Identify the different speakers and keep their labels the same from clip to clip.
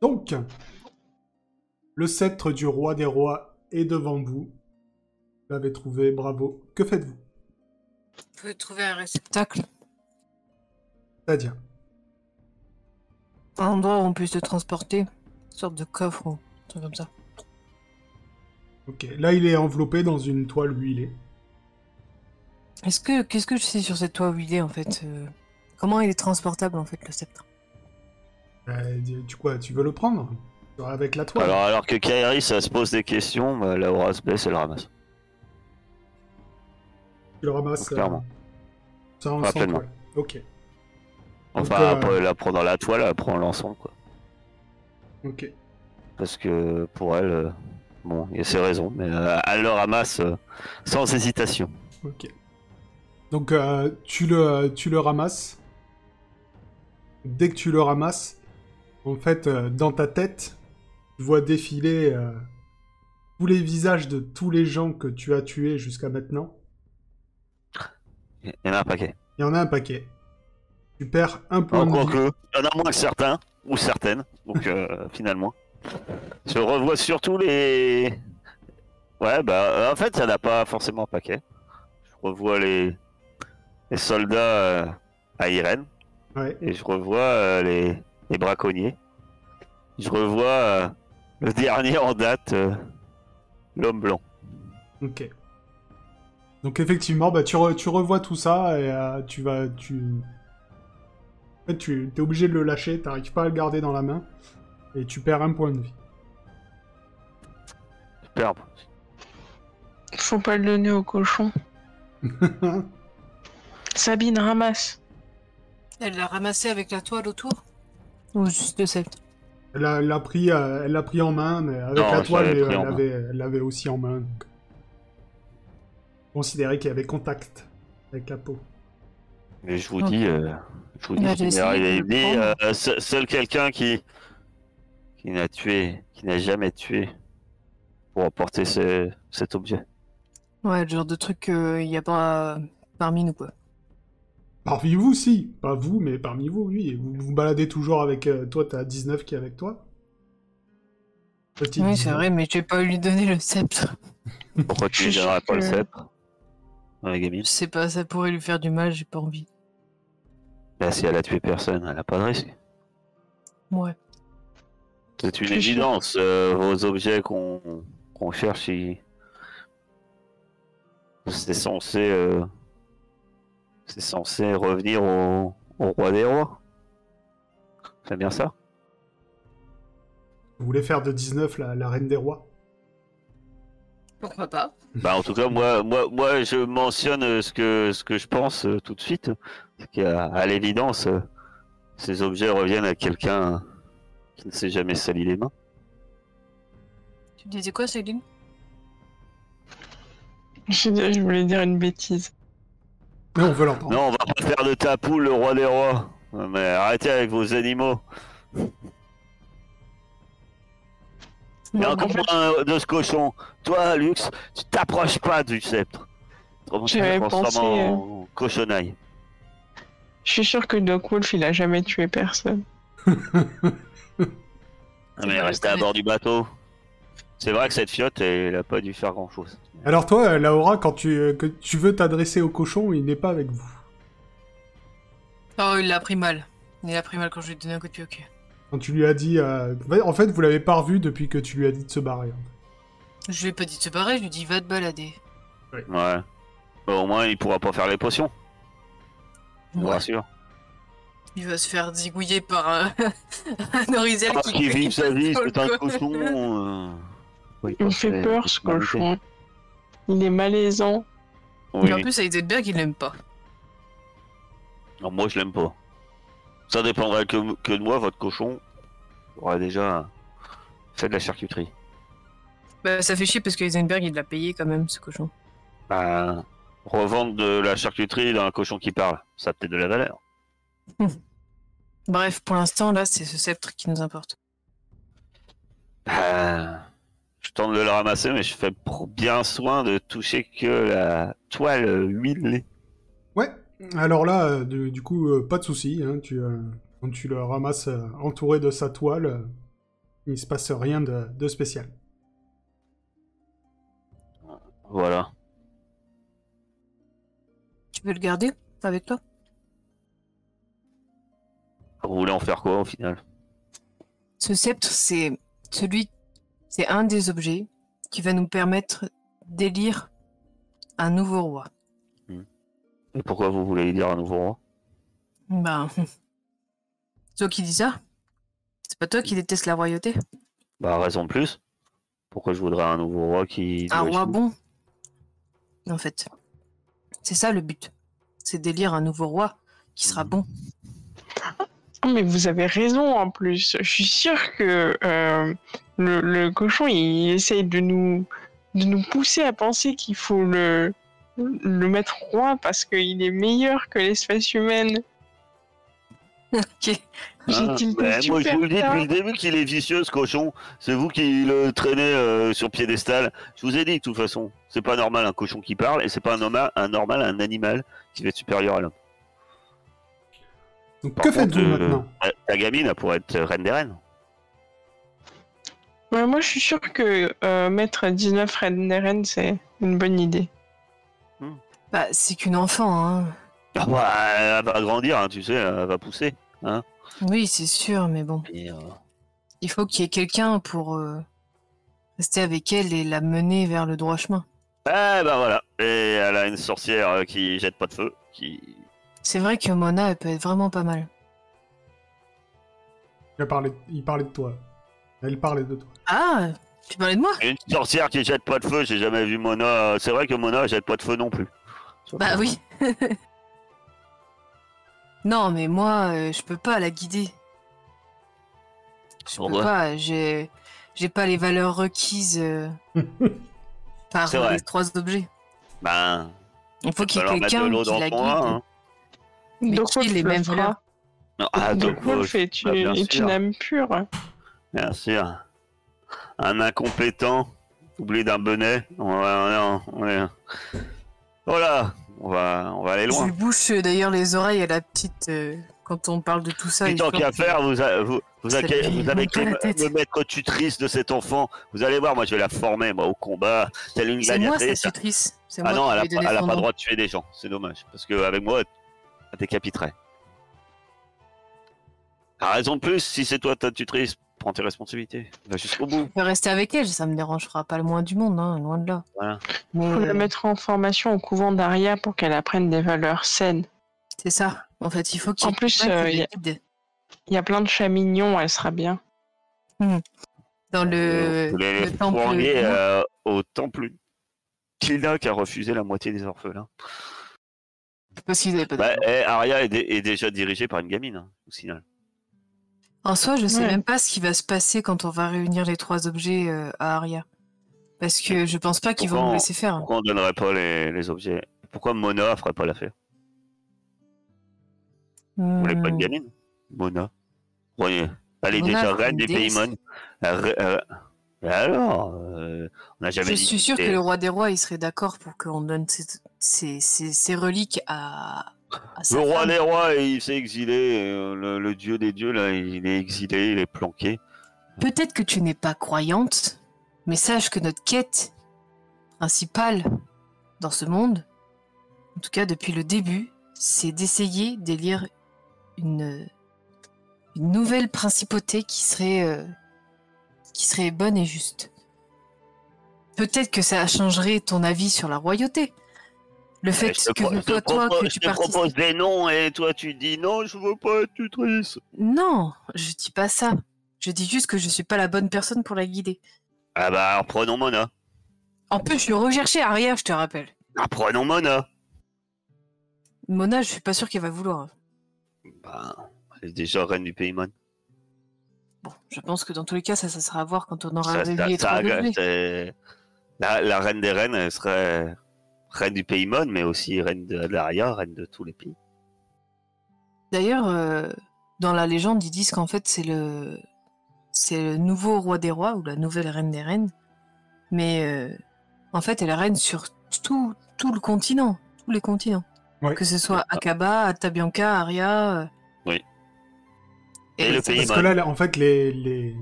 Speaker 1: Donc, le sceptre du roi des rois est devant vous. Vous l'avez trouvé, bravo. Que faites-vous
Speaker 2: On peut trouver un réceptacle.
Speaker 1: C'est-à-dire
Speaker 2: Un endroit où on puisse le transporter. Une sorte de coffre ou un truc comme ça.
Speaker 1: Ok, là il est enveloppé dans une toile huilée.
Speaker 2: Est-ce que qu'est-ce que je sais sur cette toile huilée en fait euh, Comment il est transportable en fait le sceptre
Speaker 1: Euh, du du quoi, tu veux le prendre Avec la toile
Speaker 3: Alors, alors que Kairi, ça se pose des questions, bah, Laura se blesse, elle ramasse.
Speaker 1: Tu le ramasses euh,
Speaker 3: Clairement.
Speaker 1: Ça en
Speaker 3: Pas
Speaker 1: sans
Speaker 3: pleinement.
Speaker 1: toile. Ok,
Speaker 3: Enfin,
Speaker 1: Donc, euh,
Speaker 3: après, elle la prend dans la toile, elle prend l'ensemble, quoi.
Speaker 1: ok.
Speaker 3: Parce que pour elle, euh, bon, il y a ses raisons, mais euh, elle le ramasse euh, sans hésitation.
Speaker 1: Ok. Donc euh, tu, le, tu le ramasses. Dès que tu le ramasses, en fait, euh, dans ta tête, tu vois défiler euh, tous les visages de tous les gens que tu as tués jusqu'à maintenant.
Speaker 3: Il y en a un paquet.
Speaker 1: Il y en a un paquet. Tu perds un point
Speaker 3: Encore
Speaker 1: de vie.
Speaker 3: que, il y en a moins que certains, ou certaines, donc euh, finalement. Je revois surtout les. Ouais, bah, euh, en fait, il n'y en a pas forcément un paquet. Je revois les, les soldats euh, à Irène.
Speaker 1: Ouais.
Speaker 3: Et je revois euh, les... les braconniers. Je revois euh, le dernier en date, euh, l'homme blanc.
Speaker 1: Ok. Donc effectivement, bah, tu, re- tu revois tout ça et euh, tu vas... Tu... En fait, tu es obligé de le lâcher, t'arrives pas à le garder dans la main et tu perds un point de vie.
Speaker 3: Superbe.
Speaker 4: Faut pas le donner au cochon. Sabine, ramasse.
Speaker 2: Elle l'a ramassé avec la toile autour Ou juste le sceptre
Speaker 1: Elle a- elle l'a pris, euh, elle l'a pris en main, mais avec
Speaker 3: Non,
Speaker 1: la
Speaker 3: je
Speaker 1: toile,
Speaker 3: l'avais
Speaker 1: mais, euh,
Speaker 3: pris en
Speaker 1: elle
Speaker 3: main.
Speaker 1: avait- elle l'avait aussi en main. donc. Considéré qu'il y avait contact avec la peau.
Speaker 3: Mais je vous
Speaker 2: Ok.
Speaker 3: dis, euh, je vous
Speaker 2: On va
Speaker 3: dis,
Speaker 2: essayer
Speaker 3: il est
Speaker 2: de le
Speaker 3: dit, euh, se- seul quelqu'un qui qui n'a tué, qui n'a jamais tué, pour emporter ce- cet objet.
Speaker 2: Ouais, le genre de truc qu'il n'y a pas euh, parmi nous quoi.
Speaker 1: Parmi vous, si. Pas vous, mais parmi vous, oui. Vous vous baladez toujours avec... euh, toi, t'as 19 qui est avec toi. Petite
Speaker 2: Oui,
Speaker 1: 19.
Speaker 2: c'est vrai, mais je vais pas lui donner le sceptre.
Speaker 3: Pourquoi tu
Speaker 4: Je
Speaker 3: lui
Speaker 4: suis
Speaker 3: donnerais
Speaker 4: sûre
Speaker 3: pas le
Speaker 4: que-
Speaker 3: sceptre hein, dans la gamine
Speaker 2: Je sais pas, ça pourrait lui faire du mal, j'ai pas envie.
Speaker 3: Là, si elle a tué personne, elle n'a pas de risque.
Speaker 2: Ouais.
Speaker 3: C'est une
Speaker 4: Je suis sûre.
Speaker 3: évidence. euh, vos objets qu'on qu'on cherche, ils- c'est censé, euh, c'est censé revenir au... au roi des rois. C'est bien ça.
Speaker 1: Vous voulez faire de 19 la, la reine des rois
Speaker 2: Pourquoi pas
Speaker 3: Bah en tout cas moi moi moi je mentionne euh, ce que ce que je pense euh, tout de suite, c'est qu'à à l'évidence euh, ces objets reviennent à quelqu'un qui ne s'est jamais sali les mains.
Speaker 2: Tu disais quoi, Céline
Speaker 4: Je, je voulais dire une bêtise.
Speaker 1: Mais on veut l'entendre.
Speaker 3: Non on va pas faire de ta poule le roi des rois. Non, Mais arrêtez avec vos animaux. Et
Speaker 4: Non,
Speaker 3: encore
Speaker 4: en fait-
Speaker 3: moins euh, de ce cochon. Toi Lux, tu t'approches pas du sceptre. Autrement, tu te
Speaker 4: J'avais
Speaker 3: transformes
Speaker 4: pensé, hein.
Speaker 3: en cochonaille.
Speaker 4: Je suis sûre que Doc Wolf, il a jamais tué personne.
Speaker 3: Non, Mais
Speaker 2: vrai,
Speaker 3: restez à
Speaker 2: c'est-
Speaker 3: bord du bateau. C'est vrai que cette fiotte, elle a pas dû faire grand chose.
Speaker 1: Alors toi, Laura, quand tu, euh, que tu veux t'adresser au cochon, il n'est pas avec vous.
Speaker 2: Oh, il l'a pris mal. Il l'a pris mal quand je lui ai donné un coup de pied au cul.
Speaker 1: Quand tu lui as dit... euh, En fait, vous l'avez pas revu depuis que tu lui as dit de se barrer. hein. en fait.
Speaker 2: Je lui ai pas dit de se barrer, je lui ai dit va te balader.
Speaker 3: Ouais. Bah, au moins, il pourra pas faire les potions, je vous
Speaker 2: Ouais.
Speaker 3: rassure.
Speaker 2: Il va se faire zigouiller par un, un orizel
Speaker 3: Ah,
Speaker 2: qui,
Speaker 3: qui vive sa vie, c'est un
Speaker 2: cochon.
Speaker 3: cochon. euh. Oui,
Speaker 4: Il me
Speaker 3: parce que-
Speaker 4: fait peur, ce cochon. Il est malaisant.
Speaker 2: Et
Speaker 3: Oui.
Speaker 2: en plus, Heisenberg, il l'aime pas.
Speaker 3: Non, moi, je l'aime pas. Ça dépendrait que, que de moi, votre cochon aurait déjà fait de la charcuterie.
Speaker 2: Bah, ça fait chier parce que Heisenberg, il l'a payé quand même, ce cochon.
Speaker 3: Bah, revendre de la charcuterie d'un cochon qui parle, ça a peut-être de la valeur.
Speaker 2: Bref, pour l'instant, là, c'est ce sceptre qui nous importe.
Speaker 3: Bah, je tente de le ramasser, mais je fais pr- bien soin de toucher que la toile huilée.
Speaker 1: Ouais, alors là, euh, du, du coup, euh, pas de souci. hein, tu, euh, quand tu le ramasses euh, entouré de sa toile, euh, Il se passe rien de, de spécial.
Speaker 3: Voilà.
Speaker 2: Tu peux le garder avec toi
Speaker 3: Vous voulez en faire quoi au final
Speaker 2: Ce sceptre, c'est celui, c'est un des objets qui va nous permettre d'élire un nouveau roi.
Speaker 3: Et pourquoi vous voulez élire un nouveau roi
Speaker 2: Ben, toi qui dis ça, c'est pas toi qui déteste la royauté.
Speaker 3: Bah raison de plus. Pourquoi je voudrais un nouveau roi qui...
Speaker 2: Un
Speaker 3: dirige
Speaker 2: roi
Speaker 3: tout
Speaker 2: Ah, bon, en fait. C'est ça le but. C'est d'élire un nouveau roi qui sera bon.
Speaker 4: Ah, Mais vous avez raison en plus. Je suis sûre que euh, le, le cochon, il essaye de nous, de nous pousser à penser qu'il faut le, le mettre roi parce qu'il est meilleur que l'espèce humaine.
Speaker 2: ok.
Speaker 3: Ah,
Speaker 4: J'ai-il
Speaker 3: bah,
Speaker 4: des
Speaker 3: moi, je
Speaker 4: super
Speaker 3: vous le dis
Speaker 4: talents
Speaker 3: depuis le début qu'il est vicieux, ce cochon. C'est vous qui le traînez euh, sur piédestal. Je vous ai dit, de toute façon, c'est pas normal un cochon qui parle, et c'est pas un, homme, un normal un animal qui va être supérieur à l'homme.
Speaker 1: Donc
Speaker 3: Par
Speaker 1: que
Speaker 3: contre,
Speaker 1: faites-vous
Speaker 3: euh,
Speaker 1: maintenant
Speaker 3: Ta- Ta gamine, elle pourrait être reine des reines.
Speaker 4: Ouais, moi, je suis sûre que euh, mettre 19 Red Neren, c'est une bonne idée.
Speaker 2: Bah, c'est qu'une enfant, hein.
Speaker 3: Ah, bah, elle va grandir, hein, tu sais, elle va pousser.
Speaker 2: Oui, c'est sûr, mais bon.
Speaker 3: Et, euh,
Speaker 2: Il faut qu'il y ait quelqu'un pour euh, rester avec elle et la mener vers le droit chemin.
Speaker 3: Eh ben voilà. Et elle a une sorcière euh, qui jette pas de feu, qui
Speaker 2: C'est vrai que Mona, elle peut être vraiment pas mal.
Speaker 1: il, a parlé- il parlait de toi. Elle parlait de toi.
Speaker 2: Ah, tu parlais de moi
Speaker 3: Une sorcière qui jette pas de feu, j'ai jamais vu Mona. euh, C'est vrai que Mona elle jette pas de feu non plus.
Speaker 2: Bah oui. non, mais moi, euh, je peux pas la guider. Je
Speaker 3: Pourquoi
Speaker 2: peux pas, j'ai j'ai pas les valeurs requises euh, par
Speaker 3: C'est vrai.
Speaker 2: les trois objets.
Speaker 3: Ben,
Speaker 2: Il faut
Speaker 3: faut
Speaker 2: qu'il y
Speaker 3: leur
Speaker 2: ait
Speaker 3: mettre de
Speaker 2: quelqu'un
Speaker 3: l'eau
Speaker 2: qui
Speaker 3: dans
Speaker 2: la
Speaker 3: le
Speaker 2: guide.
Speaker 3: coin. hein.
Speaker 2: Mais
Speaker 4: Donc,
Speaker 2: qui
Speaker 4: Wolf
Speaker 2: les
Speaker 4: le
Speaker 2: mêmes
Speaker 4: fera.
Speaker 2: valeurs
Speaker 3: Non, ah,
Speaker 4: Donc,
Speaker 3: donc,
Speaker 4: Wolf
Speaker 3: euh,
Speaker 4: est
Speaker 3: bah, bien
Speaker 4: une, est
Speaker 3: sûr.
Speaker 4: une âme pure.
Speaker 3: bien sûr. Un incompétent, doublé d'un bonnet. On va, on, on est- Voilà, on va, on va aller
Speaker 2: Je
Speaker 3: loin.
Speaker 2: lui bouche euh, d'ailleurs les oreilles à la petite euh, quand on parle de tout ça.
Speaker 3: Et tant
Speaker 2: histoire
Speaker 3: qu'à
Speaker 2: que-
Speaker 3: faire, vous, a- vous, vous,
Speaker 2: Ça
Speaker 3: accueillez-
Speaker 2: lui
Speaker 3: vous
Speaker 2: monte
Speaker 3: avez
Speaker 2: pas la tête.
Speaker 3: le maître tutrice de cet enfant. Vous allez voir, moi je vais la former moi, au combat. Telle une
Speaker 2: C'est moi sa
Speaker 3: gladiatrice.
Speaker 2: tutrice. C'est moi
Speaker 3: Ah non,
Speaker 2: qui
Speaker 3: elle
Speaker 2: lui
Speaker 3: a,
Speaker 2: ai donné
Speaker 3: pas, elle a
Speaker 2: son
Speaker 3: pas le
Speaker 2: nom.
Speaker 3: droit de tuer des gens, c'est dommage. Parce qu'avec moi, elle décapiterait. À raison de plus, si c'est toi ta tutrice, prends tes responsabilités. Va jusqu'au bout.
Speaker 2: Je vais rester avec elle, ça me dérangera pas le moins du monde, hein, loin de là.
Speaker 3: Voilà.
Speaker 2: Mais,
Speaker 4: Faut la
Speaker 2: euh,
Speaker 4: mettre en formation au couvent d'Aria pour qu'elle apprenne des valeurs saines.
Speaker 2: C'est ça. En fait, il faut qu'il
Speaker 4: En plus,
Speaker 2: quelqu'un qui
Speaker 4: euh, il y a-
Speaker 2: la guide.
Speaker 4: Il y a plein de chats mignons, elle sera bien.
Speaker 2: dans le,
Speaker 3: Vous voulez
Speaker 2: le
Speaker 3: les
Speaker 2: temple.
Speaker 3: fourguer,
Speaker 2: Non,
Speaker 3: euh, au temple Tilda qui a refusé la moitié des orphelins.
Speaker 2: parce qu'ils avaient pas de-
Speaker 3: Bah, eh, Arya est, dé- est déjà dirigée par une gamine, hein, au signal.
Speaker 2: En soi, je sais
Speaker 4: Ouais.
Speaker 2: même pas ce qui va se passer quand on va réunir les trois objets euh, à Aria. Parce que je pense pas qu'ils vont
Speaker 3: Pourquoi
Speaker 2: nous
Speaker 3: on-
Speaker 2: laisser faire.
Speaker 3: Pourquoi on donnerait pas les, les objets Pourquoi Mona ferait pas l'affaire Vous voulez pas
Speaker 2: Hmm.
Speaker 3: une gamine Mona. Voyez, elle est
Speaker 2: Mona,
Speaker 3: déjà
Speaker 2: c'est
Speaker 3: reine
Speaker 2: une
Speaker 3: des
Speaker 2: déesse.
Speaker 3: Paymon. euh, alors, euh, on n'a jamais
Speaker 2: Je
Speaker 3: dit
Speaker 2: suis
Speaker 3: que
Speaker 2: sûr que
Speaker 3: c'était-
Speaker 2: le roi des rois, il serait d'accord pour qu'on donne ses, ses- ses- ses reliques à, à sa
Speaker 3: le roi
Speaker 2: femme.
Speaker 3: des rois, il s'est exilé. euh, Le, le dieu des dieux, là, il est exilé, il est planqué.
Speaker 2: Peut-être que tu n'es pas croyante, mais sache que notre quête principale dans ce monde, en tout cas depuis le début, c'est d'essayer d'élire une, une nouvelle principauté qui serait, euh, qui serait bonne et juste. Peut-être que ça changerait ton avis sur la royauté. Le fait
Speaker 3: Eh, je te
Speaker 2: que
Speaker 3: pro-
Speaker 2: ce
Speaker 3: je te
Speaker 2: soit toi
Speaker 3: propose-
Speaker 2: que tu
Speaker 3: je te
Speaker 2: participes.
Speaker 3: propose des noms et toi tu dis non, je veux pas être tutrice.
Speaker 2: Non, je dis pas ça. Je dis juste que je suis pas la bonne personne pour la guider.
Speaker 3: Ah bah, alors prenons Mona.
Speaker 2: En plus, je suis recherchée arrière, je te rappelle.
Speaker 3: Ah, prenons Mona.
Speaker 2: Mona, je suis pas sûre qu'elle va vouloir.
Speaker 3: Bah, elle est déjà reine du Paymon.
Speaker 2: Bon, je pense que dans tous les cas, ça, ça sera à voir quand on aura
Speaker 3: Ça, ça-
Speaker 2: réuni les
Speaker 3: ça-
Speaker 2: trois objets.
Speaker 3: c'est- la, la reine des reines, elle serait reine du Paymon, mais aussi reine de l'Aria, reine de tous les pays.
Speaker 2: D'ailleurs, euh, dans la légende, ils disent qu'en fait, c'est le... c'est le nouveau roi des rois ou la nouvelle reine des reines. Mais euh, en fait, elle règne sur tout, tout le continent, tous les continents.
Speaker 1: Ouais.
Speaker 2: Que ce soit Akaba, Atabianca, Aria. euh.
Speaker 3: Oui.
Speaker 2: Et,
Speaker 3: Et le
Speaker 2: c'est-
Speaker 3: pays-
Speaker 1: Parce que là, en fait, les, les,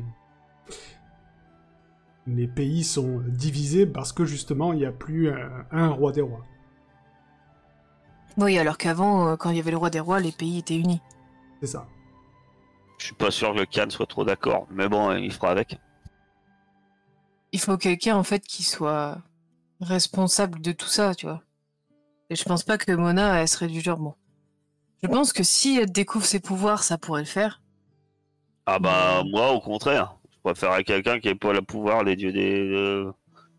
Speaker 1: les pays sont divisés parce que justement, il n'y a plus un, un roi des rois.
Speaker 2: Oui, alors qu'avant, euh, quand il y avait le roi des rois, les pays étaient unis.
Speaker 1: C'est ça.
Speaker 3: Je suis pas sûr que Khan soit trop d'accord, mais bon, il fera avec.
Speaker 2: Il faut quelqu'un, en fait, qui soit responsable de tout ça, tu vois. Et je pense pas que Mona, elle serait du genre, bon. Je pense que si elle découvre ses pouvoirs, ça pourrait le faire.
Speaker 3: Ah bah moi au contraire, je préfère à quelqu'un qui n'ait pas le pouvoir des dieux des de-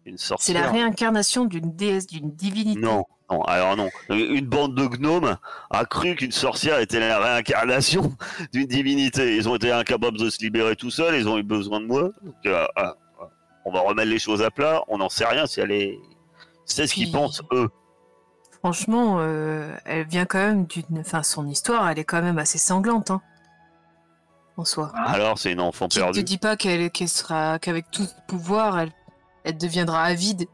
Speaker 3: une
Speaker 2: C'est
Speaker 3: sorcière.
Speaker 2: la réincarnation d'une déesse, d'une divinité.
Speaker 3: Non, non, alors non. Une bande de gnomes a cru qu'une sorcière était la réincarnation d'une divinité. Ils ont été incapables de se libérer tout seuls, ils ont eu besoin de moi. Donc, euh, ah, ah, on va remettre les choses à plat, on n'en sait rien si elle est. C'est ce qu'ils
Speaker 2: Puis-
Speaker 3: pensent, eux.
Speaker 2: Franchement, euh, elle vient quand même d'une. Enfin, son histoire, elle est quand même assez sanglante, hein. En soi.
Speaker 3: Ah, Alors c'est une enfant
Speaker 2: Je ne te
Speaker 3: perdue.
Speaker 2: dis pas qu'elle qu'elle sera qu'avec tout ce pouvoir, elle, elle deviendra avide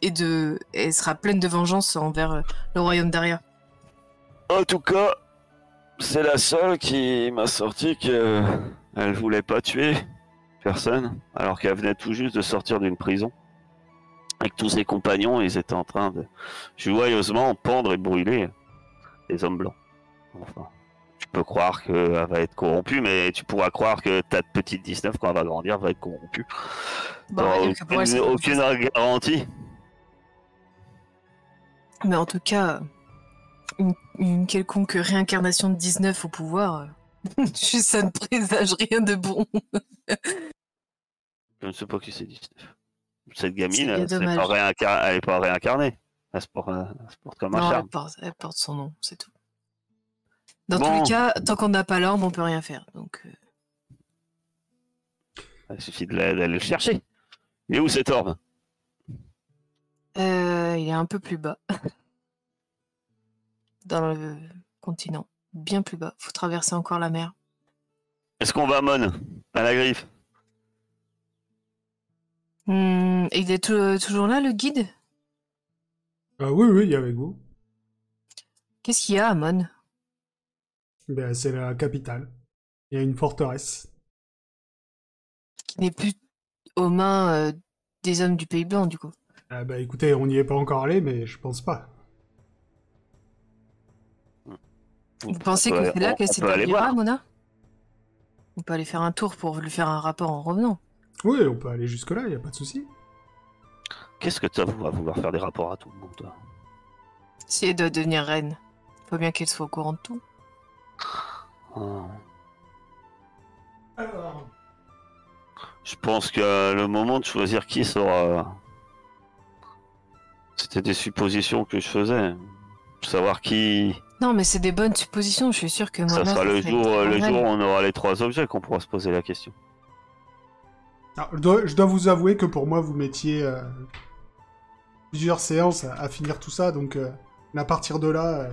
Speaker 2: et de, elle sera pleine de vengeance envers euh, le royaume d'Aria.
Speaker 3: En tout cas, c'est la seule qui m'a sorti que euh, elle voulait pas tuer personne, alors qu'elle venait tout juste de sortir d'une prison. Avec tous ses compagnons, ils étaient en train de joyeusement pendre et brûler les hommes blancs. Enfin, tu peux croire qu'elle va être corrompue, mais tu pourras croire que ta petite 19, quand elle va grandir, va être corrompue.
Speaker 2: Bon, on va
Speaker 3: T'auras
Speaker 2: dire Bah, que pour elle, c'est
Speaker 3: Bah, aucune,
Speaker 2: pas une
Speaker 3: aucune
Speaker 2: chose.
Speaker 3: garantie.
Speaker 2: Mais en tout cas, une, une quelconque réincarnation de 19 au pouvoir, euh, ça ne présage rien de bon.
Speaker 3: Je ne sais pas qui c'est 19. Cette
Speaker 2: C'est
Speaker 3: gamine,
Speaker 2: bien
Speaker 3: elle c'est
Speaker 2: dommage.
Speaker 3: pas réincar- elle n'est pas réincarnée. Elle se porte, euh, elle se porte comme un
Speaker 2: Non, elle
Speaker 3: charme.
Speaker 2: porte, elle porte son nom, c'est tout. Dans tous
Speaker 3: Bon.
Speaker 2: les cas, tant qu'on n'a pas l'orbe, on peut rien faire. Donc, euh,
Speaker 3: Il suffit de la- d'aller le chercher. Il est où cet orbe
Speaker 2: Euh, il est un peu plus bas. Dans le continent. Bien plus bas. Faut traverser encore la mer.
Speaker 3: Est-ce qu'on va à Mon À la griffe
Speaker 2: Hmm, et il est tou- toujours là, le guide
Speaker 1: Euh, oui, oui, il y a avec vous.
Speaker 2: Qu'est-ce qu'il y a, Amon
Speaker 1: Ben, c'est la capitale. Il y a une forteresse.
Speaker 2: Qui n'est plus aux mains euh, des hommes du Pays Blanc, du coup.
Speaker 1: Ah bah écoutez, on n'y est pas encore allé, mais je pense pas.
Speaker 2: Vous pensez que c'est là qu'elle
Speaker 3: On peut aller
Speaker 2: s'établira,
Speaker 3: voir.
Speaker 2: Mona On peut aller faire un tour pour lui faire un rapport en revenant.
Speaker 1: Oui, on peut aller jusque-là, il n'y a pas de souci.
Speaker 3: Qu'est-ce que tu as à vouloir faire des rapports à tout le monde toi
Speaker 2: Si elle doit devenir reine, faut bien qu'elle soit au courant de tout.
Speaker 3: Oh.
Speaker 1: Alors...
Speaker 3: Je pense que le moment de choisir qui sera. C'était des suppositions que je faisais. Savoir qui.
Speaker 2: Non, mais c'est des bonnes suppositions. Je suis sûre que Mona.
Speaker 3: ça sera le
Speaker 2: serait
Speaker 3: jour, euh,
Speaker 2: une
Speaker 3: le
Speaker 2: grande
Speaker 3: jour où
Speaker 2: reine.
Speaker 3: on aura les trois objets qu'on pourra se poser la question.
Speaker 1: je, dois, je dois vous avouer que pour moi, vous mettiez euh, plusieurs séances à, à finir tout ça, donc euh, à partir de là, euh,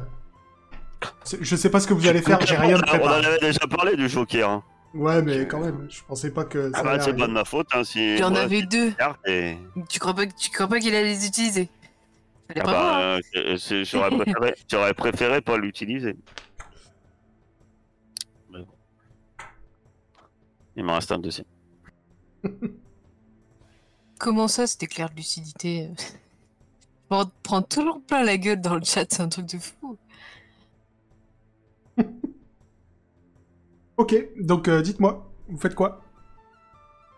Speaker 1: c'est- je sais pas ce que vous allez faire, j'ai rien
Speaker 3: On
Speaker 1: de
Speaker 3: en- On en
Speaker 1: préparé.
Speaker 3: avait déjà parlé du Joker. hein.
Speaker 1: Ouais, mais quand même, je pensais pas que ça
Speaker 3: Ah bah,
Speaker 1: allait
Speaker 3: c'est pas de
Speaker 1: arriver.
Speaker 3: ma faute. Hein, si
Speaker 2: Il y en
Speaker 3: moi,
Speaker 2: avait deux.
Speaker 3: carte et-
Speaker 2: Tu crois pas, que- tu crois pas qu'il allait les utiliser Fallait
Speaker 3: Ah
Speaker 2: pas voir,
Speaker 3: bah,
Speaker 2: hein.
Speaker 3: euh, c'est- c'est- j'aurais préféré, j'aurais préféré pas l'utiliser. Mais bon. Il m'en reste un deuxième. euh.
Speaker 2: Comment ça, cet éclair de lucidité On prend toujours plein la gueule dans le chat, c'est un truc de fou.
Speaker 1: Ok, donc euh, dites-moi, vous faites quoi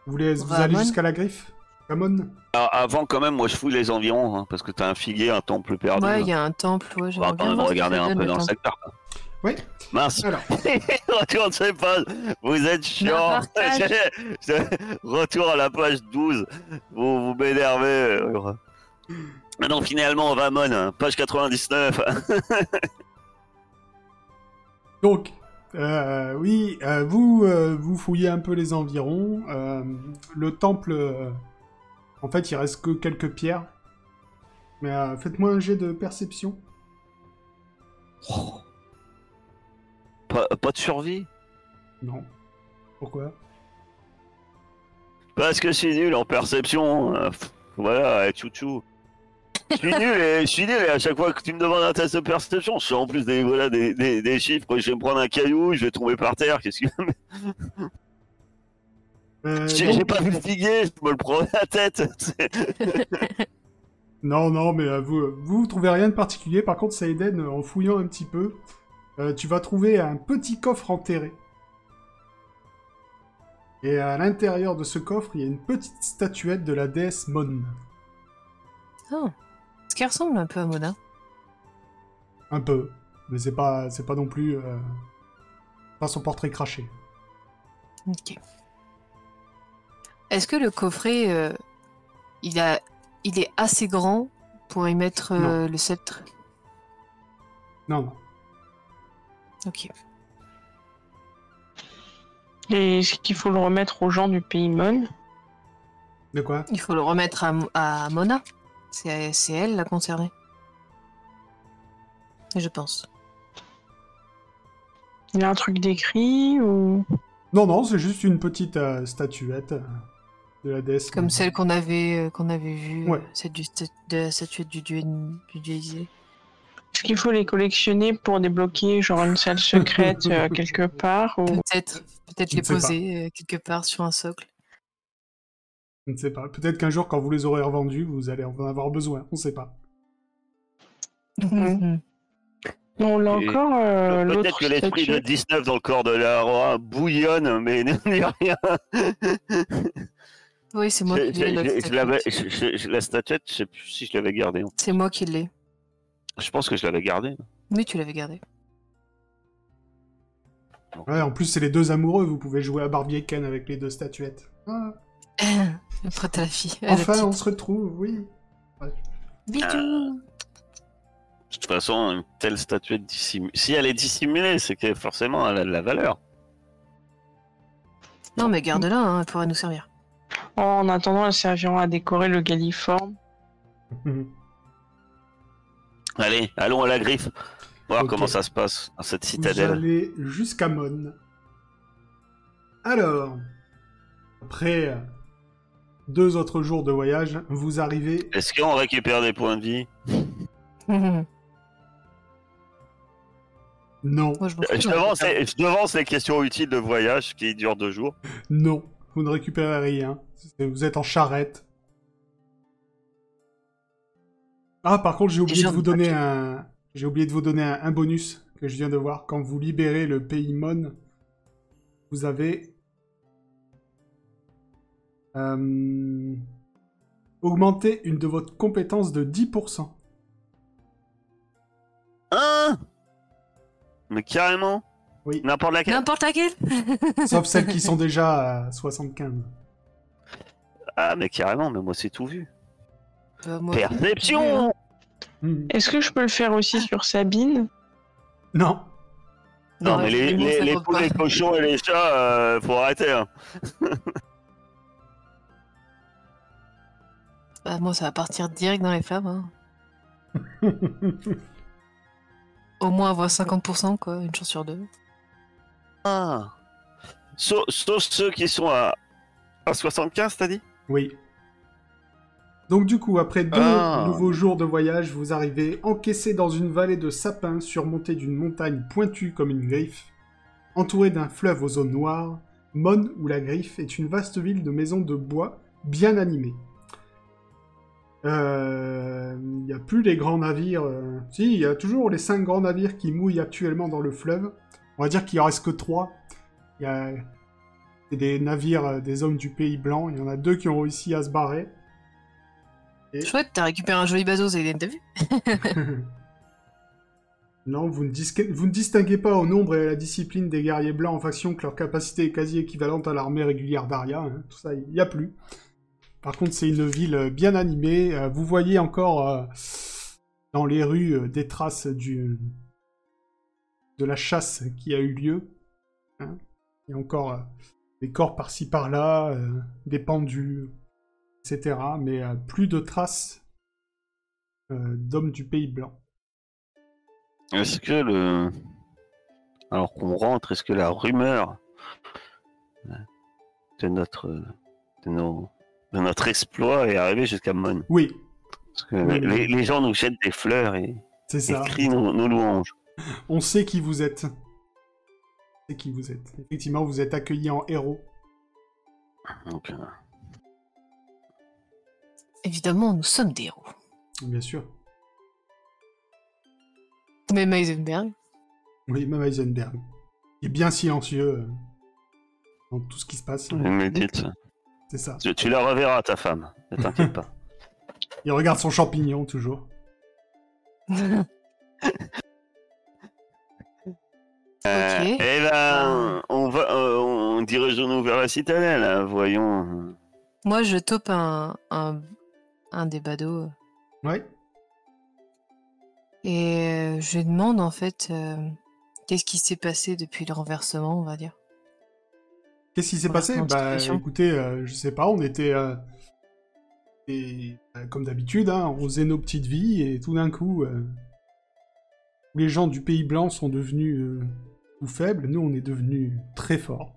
Speaker 1: Vous voulez
Speaker 2: On
Speaker 1: vous
Speaker 2: va à
Speaker 1: allez
Speaker 2: Mon
Speaker 1: jusqu'à la griffe Amon
Speaker 3: Alors, avant, quand même, moi je fouille les environs, hein, parce que t'as un figuier, un temple perdu.
Speaker 2: Ouais,
Speaker 3: là.
Speaker 2: il y a un temple, ouais, j'aimerais
Speaker 3: hein. On va
Speaker 2: bien
Speaker 3: quand même
Speaker 2: voir ce que
Speaker 3: regarder
Speaker 2: ça
Speaker 3: un
Speaker 2: donne,
Speaker 3: peu
Speaker 2: le
Speaker 3: dans le
Speaker 2: temple.
Speaker 3: secteur. quoi.
Speaker 1: Oui.
Speaker 3: Mince.
Speaker 1: Alors.
Speaker 3: Retourne sur les pages. Vous êtes chiant.
Speaker 2: partage.
Speaker 3: Retour à la page 12. Vous vous m'énervez. Ah non, finalement, on va à Mon, hein, page 99.
Speaker 1: Donc, euh, oui, euh, vous, euh, vous fouillez un peu les environs. euh, le temple, euh, en fait, il reste que quelques pierres. Mais euh, faites-moi un jet de perception.
Speaker 3: Pas- pas de survie
Speaker 1: Non. Pourquoi
Speaker 3: Parce que je suis nul en perception. euh, pff, Voilà, et chouchou. Je suis nul et je suis nul et à chaque fois que tu me demandes un test de perception, je suis en plus des, voilà, des, des, des chiffres, je vais me prendre un caillou, je vais tomber par terre, qu'est-ce que...
Speaker 1: Euh,
Speaker 3: J'ai
Speaker 1: donc-
Speaker 3: j'ai pas vu le figuier, je me le prends à la tête.
Speaker 1: Non, non, mais euh, vous, vous trouvez rien de particulier. Par contre, Saïden, euh, en fouillant un petit peu, euh, tu vas trouver un petit coffre enterré. Et à l'intérieur de ce coffre, il y a une petite statuette de la déesse Mon.
Speaker 2: Oh. Ce qui ressemble un peu à Mona.
Speaker 1: Un peu, mais c'est pas, c'est pas non plus, euh, pas son portrait craché.
Speaker 2: Ok. Est-ce que le coffret, euh, il, a, il est assez grand pour y mettre euh, le sceptre
Speaker 1: Non, non.
Speaker 2: Ok.
Speaker 4: Et est-ce qu'il faut le remettre aux gens du pays Mon
Speaker 1: De quoi
Speaker 2: Il faut le remettre à, Mo- à Mona. C'est c'est elle la concernée. Je pense.
Speaker 4: Il y a un truc d'écrit ou
Speaker 1: Non, non, c'est juste une petite euh, statuette euh, de la déesse.
Speaker 2: Comme
Speaker 1: Mon.
Speaker 2: celle qu'on avait, euh, qu'on avait vue,
Speaker 1: Ouais.
Speaker 2: euh, celle du sta- de la statuette du dieu, du dieu Isée.
Speaker 4: est-ce qu'il faut les collectionner pour débloquer genre une salle secrète euh, quelque part ou...
Speaker 2: Peut-être peut-être
Speaker 1: Je
Speaker 2: les
Speaker 1: ne sais pas.
Speaker 2: poser euh, quelque part sur un socle.
Speaker 1: Je ne sais pas. Peut-être qu'un jour, quand vous les aurez revendus, vous allez en avoir besoin. On ne sait pas.
Speaker 4: Mhm. Non, là
Speaker 3: Et
Speaker 4: encore, euh,
Speaker 3: Peut-être
Speaker 4: l'autre
Speaker 3: que l'esprit de
Speaker 4: statue.
Speaker 3: 19 dans le corps de la roi bouillonne, mais n'y a rien.
Speaker 2: Oui, c'est moi
Speaker 3: Je-
Speaker 2: qui
Speaker 3: je-
Speaker 2: l'ai. la
Speaker 3: je- je l'avais-
Speaker 2: statuette.
Speaker 3: je- je- je- La statuette, je sais plus si je l'avais gardée.
Speaker 2: C'est moi qui l'ai.
Speaker 3: Je pense que je l'avais gardée.
Speaker 2: Oui, tu l'avais gardé.
Speaker 1: Ouais, en plus, c'est les deux amoureux. Vous pouvez jouer à Barbie et Ken avec les deux statuettes. Ah,
Speaker 2: Le prêtre à la fille. à la
Speaker 1: enfin,
Speaker 2: petite.
Speaker 1: on se retrouve, oui.
Speaker 2: Bisous.
Speaker 3: De toute façon, une telle statuette dissimulée. Si elle est dissimulée, c'est que forcément elle a de la valeur.
Speaker 2: Non, mais garde-la, hein, elle pourra nous servir.
Speaker 4: En attendant, elles serviront à décorer le galliforme.
Speaker 3: Allez, allons à la griffe. Voir
Speaker 1: Ok.
Speaker 3: comment ça se passe dans cette
Speaker 1: Vous
Speaker 3: citadelle.
Speaker 1: allez jusqu'à Mon. Alors, après euh, deux autres jours de voyage, vous arrivez.
Speaker 3: Est-ce qu'on récupère des points de vie
Speaker 2: Mhm.
Speaker 1: Non,
Speaker 2: Moi, je m'en fous,
Speaker 3: Euh, je
Speaker 2: j'en ai
Speaker 3: devance,
Speaker 2: pas.
Speaker 3: les, je devance les questions utiles de voyage qui durent deux jours.
Speaker 1: non, vous ne récupérez rien. Vous êtes en charrette. Ah, par contre, j'ai oublié
Speaker 2: gens
Speaker 1: de vous
Speaker 2: de
Speaker 1: donner
Speaker 2: papier.
Speaker 1: un. J'ai oublié de vous donner un, un bonus que je viens de voir. Quand vous libérez le pays Mon, vous avez euh, augmenté une de votre compétence de 10%.
Speaker 3: Hein Mais carrément
Speaker 1: Oui.
Speaker 3: N'importe laquelle
Speaker 2: N'importe laquelle
Speaker 1: Sauf celles qui sont déjà à 75.
Speaker 3: Ah, mais carrément, mais moi c'est tout vu.
Speaker 2: Bah, moi,
Speaker 3: Perception
Speaker 1: Hmm.
Speaker 4: Est-ce que je peux le faire aussi sur Sabine
Speaker 1: Non.
Speaker 3: Non, mais les,
Speaker 2: effectivement,
Speaker 3: les,
Speaker 2: ça
Speaker 3: les
Speaker 2: compte
Speaker 3: poules,
Speaker 2: pas.
Speaker 3: les cochons et les chats, euh, faut arrêter. hein.
Speaker 2: Bah, moi, ça va partir direct dans les flammes. hein. Au moins avoir 50%, quoi, une chance sur deux.
Speaker 3: Ah. Sauf, sauf ceux qui sont à, à 75, t'as dit
Speaker 1: oui. Donc du coup, après deux
Speaker 3: Ah.
Speaker 1: nouveaux jours de voyage, vous arrivez encaissé dans une vallée de sapins surmontée d'une montagne pointue comme une griffe. Entourée d'un fleuve aux eaux noires, Mon ou la Griffe est une vaste ville de maisons de bois bien animées. Euh, Il n'y a plus les grands navires. euh, Si, il y a toujours les cinq grands navires qui mouillent actuellement dans le fleuve. On va dire qu'il en reste que trois. Il y a c'est des navires euh, des hommes du Pays Blanc. Il y en a deux qui ont réussi à se barrer. Et-
Speaker 2: Chouette, t'as récupéré un joli bateau, Zayden, t'as vu
Speaker 1: Non, vous ne, disque- vous ne distinguez pas au nombre et à la discipline des guerriers blancs en faction que leur capacité est quasi équivalente à l'armée régulière d'Aria. hein. Tout ça, il n'y a plus. Par contre, c'est une ville euh, bien animée. Euh, Vous voyez encore euh, dans les rues euh, des traces du... de la chasse qui a eu lieu. hein. Il y a encore euh, des corps par-ci par-là, euh, des pendus, etc. Mais euh, plus de traces euh, d'hommes du pays blanc.
Speaker 3: Est-ce que le. Alors qu'on rentre, est-ce que la rumeur euh, de notre. de, nos- de notre exploit est arrivée jusqu'à Mon
Speaker 1: Oui,
Speaker 3: Parce que
Speaker 1: Oui,
Speaker 3: les,
Speaker 1: oui.
Speaker 3: les gens nous jettent des fleurs et,
Speaker 1: c'est
Speaker 3: et
Speaker 1: ça.
Speaker 3: crient nos, nos louanges.
Speaker 1: On sait qui vous êtes. On sait qui vous êtes. Effectivement, vous êtes accueilli en héros.
Speaker 3: Donc, euh,
Speaker 2: Évidemment, nous sommes des héros.
Speaker 1: Bien sûr.
Speaker 2: Même Heisenberg.
Speaker 1: Oui, même Heisenberg. Il est bien silencieux euh, dans tout ce qui se passe.
Speaker 3: il médite.
Speaker 1: C'est ça.
Speaker 3: Tu, tu la reverras, ta femme. Ne t'inquiète pas.
Speaker 1: Il regarde son champignon toujours.
Speaker 3: Euh,
Speaker 2: Ok.
Speaker 3: eh ben, on va, euh, on dirigeons-nous vers la citadelle. hein, Voyons.
Speaker 2: Moi, je taupe un, un, un des euh, badauds.
Speaker 1: Ouais.
Speaker 2: Et euh, je lui demande en fait euh, qu'est-ce qui s'est passé depuis le renversement, on va dire.
Speaker 1: Qu'est-ce qui s'est
Speaker 2: Voilà,
Speaker 1: passé
Speaker 2: c'est mon
Speaker 1: Bah
Speaker 2: expression.
Speaker 1: écoutez, euh, je sais pas, on était. euh, et, euh, comme d'habitude, hein, on faisait nos petites vies et tout d'un coup, euh, tous les gens du Pays Blanc sont devenus euh, tout faibles, nous on est devenus très forts.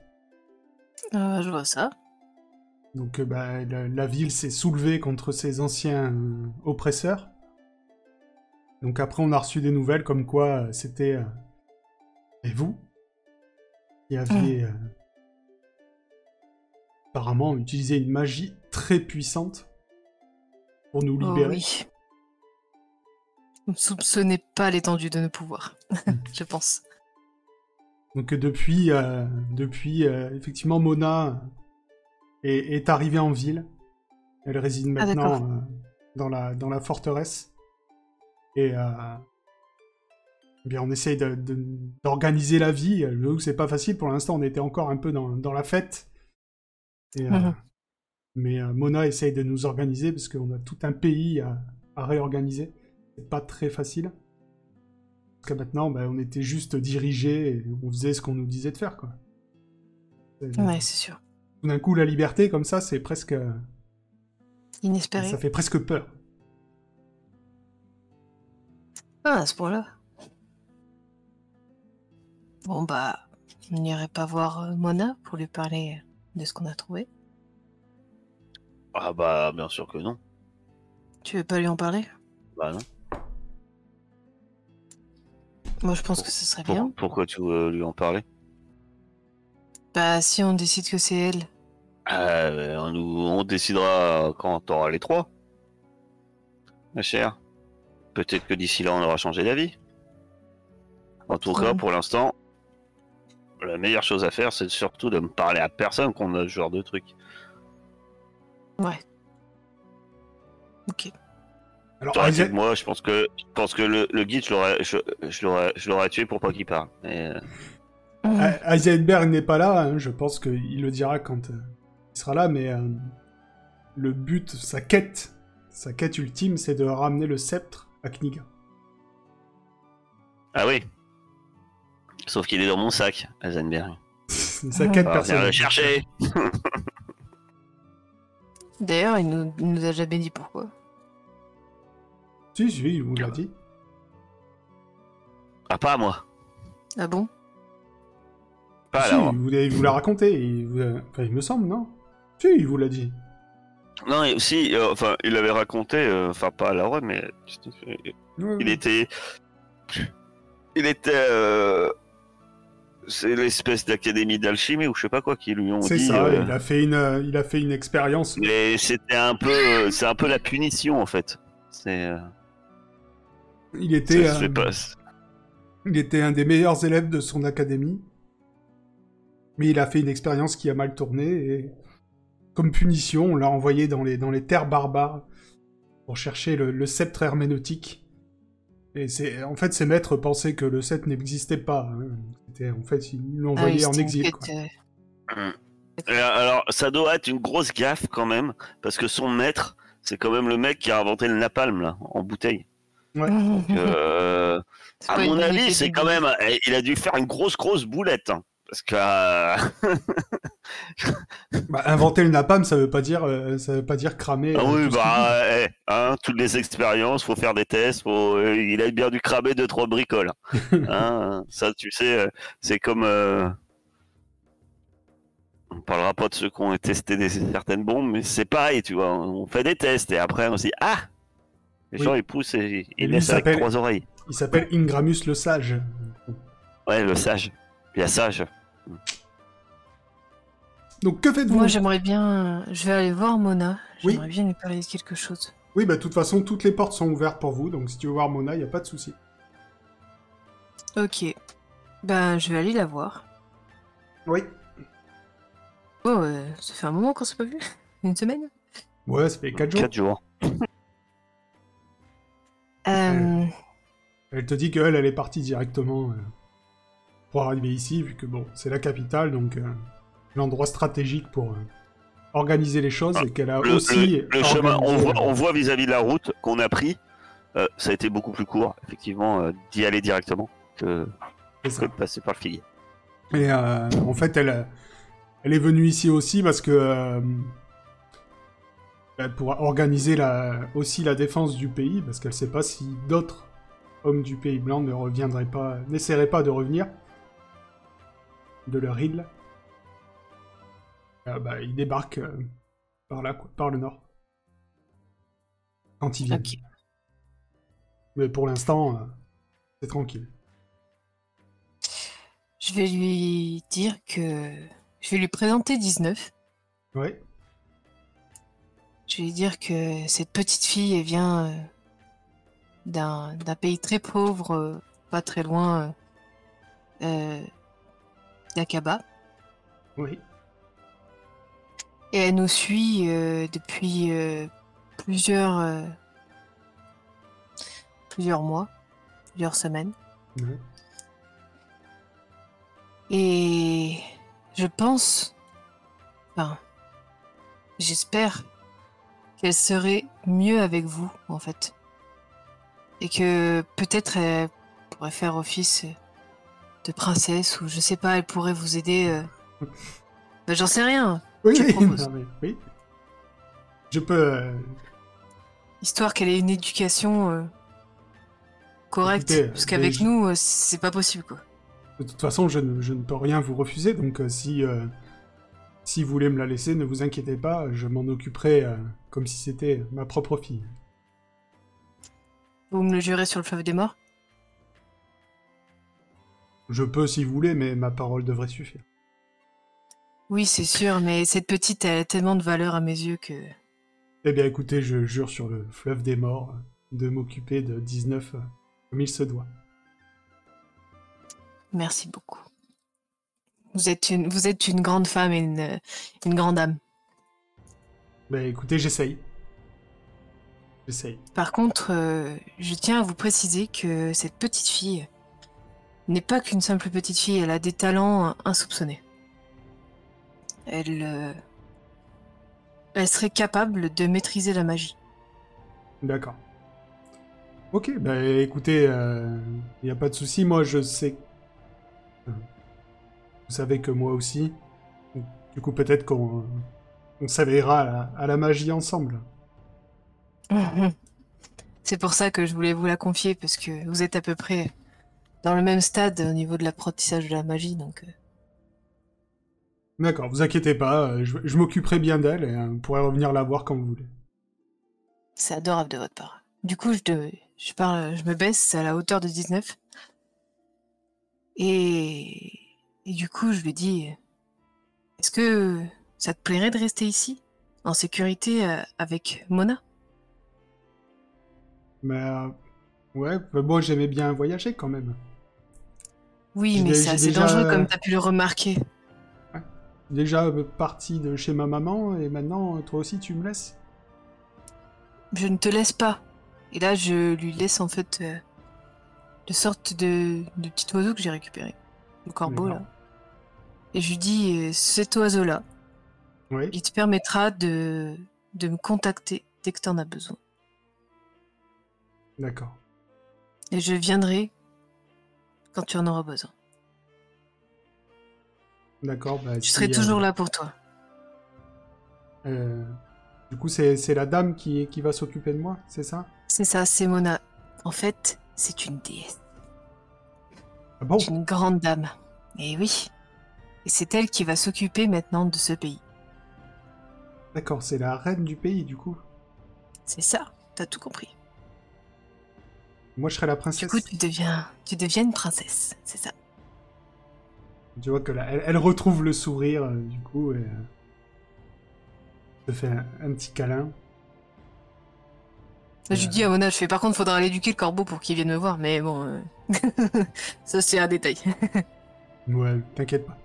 Speaker 2: Euh, je vois ça.
Speaker 1: Donc euh, bah, la, la ville s'est soulevée contre ses anciens euh, oppresseurs. Donc après on a reçu des nouvelles comme quoi euh, c'était... euh, et vous Qui aviez
Speaker 2: Mm.
Speaker 1: euh, apparemment utilisé une magie très puissante pour nous
Speaker 2: Oh
Speaker 1: libérer.
Speaker 2: oui. Vous ne soupçonnez pas l'étendue de nos pouvoirs,
Speaker 1: Hmm.
Speaker 2: je pense.
Speaker 1: Donc euh, depuis, euh, depuis euh, effectivement, Mona est, est arrivée en ville. Elle réside
Speaker 2: Ah,
Speaker 1: maintenant euh, dans, la, dans la forteresse. Et euh, eh bien, on essaye de- de- d'organiser la vie. Je veux que c'est pas facile. Pour l'instant, on était encore un peu dans, dans la fête. Et, euh,
Speaker 2: Mhm.
Speaker 1: Mais euh, Mona essaye de nous organiser parce qu'on a tout un pays à, à réorganiser. C'est pas très facile. Jusqu'à maintenant, ben, on était juste dirigé et on faisait ce qu'on nous disait de faire. Quoi. C'est-
Speaker 2: Ouais, c'est sûr.
Speaker 1: Tout d'un coup, la liberté, comme ça, c'est presque.
Speaker 2: Inespéré.
Speaker 1: Ça fait presque peur.
Speaker 2: Ah, à ce point-là. Bon, bah, on n'irait pas voir euh, Mona pour lui parler de ce qu'on a trouvé.
Speaker 3: Ah bah, bien sûr que non.
Speaker 2: Tu veux pas lui en parler
Speaker 3: Bah non.
Speaker 2: Moi, je pense que ce serait
Speaker 3: Pour-
Speaker 2: bien.
Speaker 3: pourquoi tu veux lui en parler
Speaker 2: Bah, si on décide que c'est elle,
Speaker 3: Euh, on, nous- on décidera quand t'auras les trois. Ma chère. Peut-être que d'ici là, on aura changé d'avis. En tout cas,
Speaker 2: Mm.
Speaker 3: pour l'instant, la meilleure chose à faire, c'est surtout de me parler à personne qu'on a ce genre de truc.
Speaker 2: ouais. Ok.
Speaker 1: Alors,
Speaker 3: T'aurais
Speaker 1: Heisen-
Speaker 3: tué- moi, je pense que je pense que le, le guide, je l'aurais, je, je l'aurais, je l'aurais tué pour pas qu'il parle. Mais, euh,
Speaker 1: He- Heisenberg n'est pas là. hein, Je pense qu'il le dira quand euh, il sera là. Mais euh, le but, sa quête, sa quête ultime, c'est de ramener le sceptre à Kniga.
Speaker 3: Ah oui. Sauf qu'il est dans mon sac, Heisenberg.
Speaker 1: sa quête
Speaker 3: Alors, viens
Speaker 1: personnelle.
Speaker 3: le chercher.
Speaker 2: D'ailleurs, il nous, il nous a jamais dit pourquoi.
Speaker 1: Si, si, il vous l'a dit.
Speaker 3: Ah pas à moi.
Speaker 2: Ah bon
Speaker 3: Pas hein.
Speaker 1: Si,
Speaker 3: alors.
Speaker 1: il vous, il vous l'a raconté. Il, vous l'a- enfin, il me semble, non Si, il vous l'a dit.
Speaker 3: Non, et aussi, euh, enfin, il l'avait raconté, euh, enfin pas à la Rome, mais
Speaker 1: Ouais,
Speaker 3: il
Speaker 1: ouais.
Speaker 3: était, il était, euh, c'est l'espèce d'académie d'alchimie ou je sais pas quoi qui lui ont
Speaker 1: C'est
Speaker 3: dit.
Speaker 1: ça.
Speaker 3: euh,
Speaker 1: Il a fait une, euh, il a fait une expérience.
Speaker 3: mais c'était un peu, euh, c'est un peu la punition en fait. C'est, euh,
Speaker 1: Il
Speaker 3: c'est-
Speaker 1: était.
Speaker 3: c'est
Speaker 1: euh,
Speaker 3: pas.
Speaker 1: Il était un des meilleurs élèves de son académie. Mais il a fait une expérience qui a mal tourné et comme punition, on l'a envoyé dans les, dans les terres barbares pour chercher le, le sceptre herméneutique. Et c'est en fait ses maîtres pensaient que le sceptre n'existait pas. hein. C'était- en fait ils l'ont
Speaker 2: Ah oui,
Speaker 1: envoyé en
Speaker 2: c'était une
Speaker 1: exil.
Speaker 2: quête,
Speaker 1: quoi.
Speaker 2: euh,
Speaker 3: Et alors, ça doit être une grosse gaffe quand même, parce que son maître, c'est quand même le mec qui a inventé le napalm là, en bouteille.
Speaker 2: Mhm.
Speaker 3: Euh,
Speaker 2: C'est
Speaker 3: à
Speaker 2: pas
Speaker 3: mon
Speaker 2: une
Speaker 3: avis,
Speaker 2: unité
Speaker 3: c'est
Speaker 2: de
Speaker 3: quand même, eh, il a dû faire une grosse grosse boulette, hein, parce que euh,
Speaker 1: Bah, inventer le napalm, ça veut pas dire euh, ça veut pas dire cramer.
Speaker 3: ah
Speaker 1: euh,
Speaker 3: oui,
Speaker 1: tout ce
Speaker 3: bah, eh, hein, toutes les expériences, faut faire des tests, faut, euh, il a bien dû cramer deux trois bricoles. Hein, ça, tu sais, euh, c'est comme. euh, On parlera pas de ceux qui ont testé des, certaines bombes, mais c'est pareil, tu vois. On fait des tests et après on se dit Ah Les
Speaker 1: Oui.
Speaker 3: gens ils poussent et ils
Speaker 1: lui,
Speaker 3: laissent
Speaker 1: il
Speaker 3: avec
Speaker 1: s'appelle-
Speaker 3: trois oreilles.
Speaker 1: qu'il- Il s'appelle Ingramus le Sage.
Speaker 3: Ouais, le sage. Il y a sage.
Speaker 1: Donc que faites-vous
Speaker 2: Moi, j'aimerais bien. euh, Je vais aller voir Mona.
Speaker 1: Oui.
Speaker 2: J'aimerais bien lui parler de quelque chose.
Speaker 1: Oui, bah de toute façon, toutes les portes sont ouvertes pour vous, donc si tu veux voir Mona, il n'y a pas de souci.
Speaker 2: Ok. Ben, je vais aller la voir.
Speaker 1: Oui.
Speaker 2: Oh, euh, ça fait un moment qu'on s'est pas vu. Une semaine.
Speaker 1: Ouais, ça fait 4 jours.
Speaker 3: 4 jours.
Speaker 2: Euh,
Speaker 1: Elle te dit qu'elle, elle est partie directement euh, pour arriver ici, vu que bon, c'est la capitale, donc euh, l'endroit stratégique pour euh, organiser les choses, et qu'elle a
Speaker 3: Ah, Le,
Speaker 1: Ah, aussi.
Speaker 3: le- le chemin, on
Speaker 1: organisé- euh,
Speaker 3: voit, on voit vis-à-vis de la route qu'on a pris, euh, ça a été beaucoup plus court, effectivement, euh, d'y aller directement que,
Speaker 1: C'est
Speaker 3: que
Speaker 1: ça.
Speaker 3: de passer par le filier.
Speaker 1: Et euh, en fait, elle, elle est venue ici aussi parce que euh, bah, pour organiser la, aussi la défense du pays, parce qu'elle ne sait pas si d'autres hommes du pays blanc ne reviendraient pas, n'essaieraient pas de revenir de leur île. Euh, bah, ils débarquent euh, par là, quoi, par le nord. Quand ils viennent.
Speaker 2: Ok.
Speaker 1: Mais pour l'instant, euh, c'est tranquille.
Speaker 2: Je vais lui dire que. Je vais lui présenter 19.
Speaker 1: Ouais.
Speaker 2: Je vais lui dire que cette petite fille, elle vient euh, d'un d'un pays très pauvre, euh, pas très loin euh, euh, d'Aqaba.
Speaker 1: Oui.
Speaker 2: Et elle nous suit euh, depuis euh, plusieurs, euh, plusieurs mois, plusieurs semaines.
Speaker 1: Ouais.
Speaker 2: Et je pense, enfin, j'espère qu'elle serait mieux avec vous, en fait. Et que peut-être elle pourrait faire office de princesse, ou je sais pas, elle pourrait vous aider. euh. Ben, J'en sais rien,
Speaker 1: Oui,
Speaker 2: Je
Speaker 1: oui,
Speaker 2: propose.
Speaker 1: non, mais oui. Je peux. euh,
Speaker 2: histoire qu'elle ait une éducation euh, correcte.
Speaker 1: Écoutez,
Speaker 2: parce qu'avec
Speaker 1: déjà-
Speaker 2: nous, euh, c'est pas possible, quoi.
Speaker 1: de toute façon, je ne, je ne peux rien vous refuser, donc euh, si, euh, si vous voulez me la laisser, ne vous inquiétez pas, je m'en occuperai euh, comme si c'était ma propre fille.
Speaker 2: Vous me le jurez sur le fleuve des morts
Speaker 1: Je peux si vous voulez, mais ma parole devrait suffire.
Speaker 2: Oui, c'est sûr, mais cette petite, elle a tellement de valeur à mes yeux que.
Speaker 1: Eh bien, écoutez, je jure sur le fleuve des morts euh, de m'occuper de 19 euh, comme il se doit.
Speaker 2: Merci beaucoup. Vous êtes une, vous êtes une grande femme et une, une grande âme.
Speaker 1: Ben écoutez, j'essaye. J'essaye.
Speaker 2: Par contre, euh, je tiens à vous préciser que cette petite fille n'est pas qu'une simple petite fille, elle a des talents insoupçonnés. Elle, euh, elle serait capable de maîtriser la magie.
Speaker 1: D'accord. Ok, bah écoutez, il n'y a pas de souci, moi je sais... Euh, Vous savez que moi aussi. Du coup peut-être qu'on euh, on s'avérera à, la- à la magie ensemble.
Speaker 2: C'est pour ça que je voulais vous la confier, parce que vous êtes à peu près dans le même stade au niveau de l'apprentissage de la magie, donc... euh,
Speaker 1: D'accord, vous inquiétez pas, euh, je, je m'occuperai bien d'elle et euh, vous pourrez revenir la voir quand vous voulez.
Speaker 2: C'est adorable de votre part. Du coup, je, te- je, parle, je me baisse à la hauteur de 19. Et, et du coup, je lui dis Est-ce que ça te plairait de rester ici, en sécurité euh, avec Mona
Speaker 1: Mais euh, ouais, bah, moi j'aimais bien voyager quand même.
Speaker 2: Oui,
Speaker 1: Je
Speaker 2: mais
Speaker 1: l'ai-
Speaker 2: c'est
Speaker 1: j'ai
Speaker 2: assez
Speaker 1: déjà- euh,
Speaker 2: dangereux comme t'as pu le remarquer.
Speaker 1: Déjà euh, parti de chez ma maman et maintenant euh, toi aussi tu me laisses.
Speaker 2: Je ne te laisse pas. Et là, je lui laisse en fait euh, de sorte de, de petit oiseau que j'ai récupéré. Le corbeau, là.
Speaker 1: D'accord.
Speaker 2: Et je lui dis euh, Cet oiseau-là,
Speaker 1: Oui.
Speaker 2: Il te permettra de, de me contacter dès que tu en as besoin.
Speaker 1: D'accord.
Speaker 2: Et je viendrai quand tu en auras besoin.
Speaker 1: D'accord. Bah,
Speaker 2: Je serai toujours là pour toi.
Speaker 1: Euh, du coup, c'est c'est la dame qui, qui va s'occuper de moi, c'est ça
Speaker 2: C'est ça, c'est Mona. En fait, c'est une déesse.
Speaker 1: Ah bon
Speaker 2: C'est une grande dame. Et oui. Et c'est elle qui va s'occuper maintenant de ce pays.
Speaker 1: D'accord, c'est la reine du pays, du coup.
Speaker 2: C'est ça. T'as tout compris.
Speaker 1: Moi, je serai la
Speaker 2: Du
Speaker 1: princesse.
Speaker 2: coup, tu deviens, tu deviens une princesse. C'est ça.
Speaker 1: Tu vois que là, elle, elle retrouve le sourire, euh, du coup, et euh, te fait un, un petit câlin.
Speaker 2: Là, je lui dis à Mona, je fais par contre, faudra l'éduquer le corbeau pour qu'il vienne me voir, mais bon, euh, ça c'est un détail.
Speaker 1: Ouais, t'inquiète pas.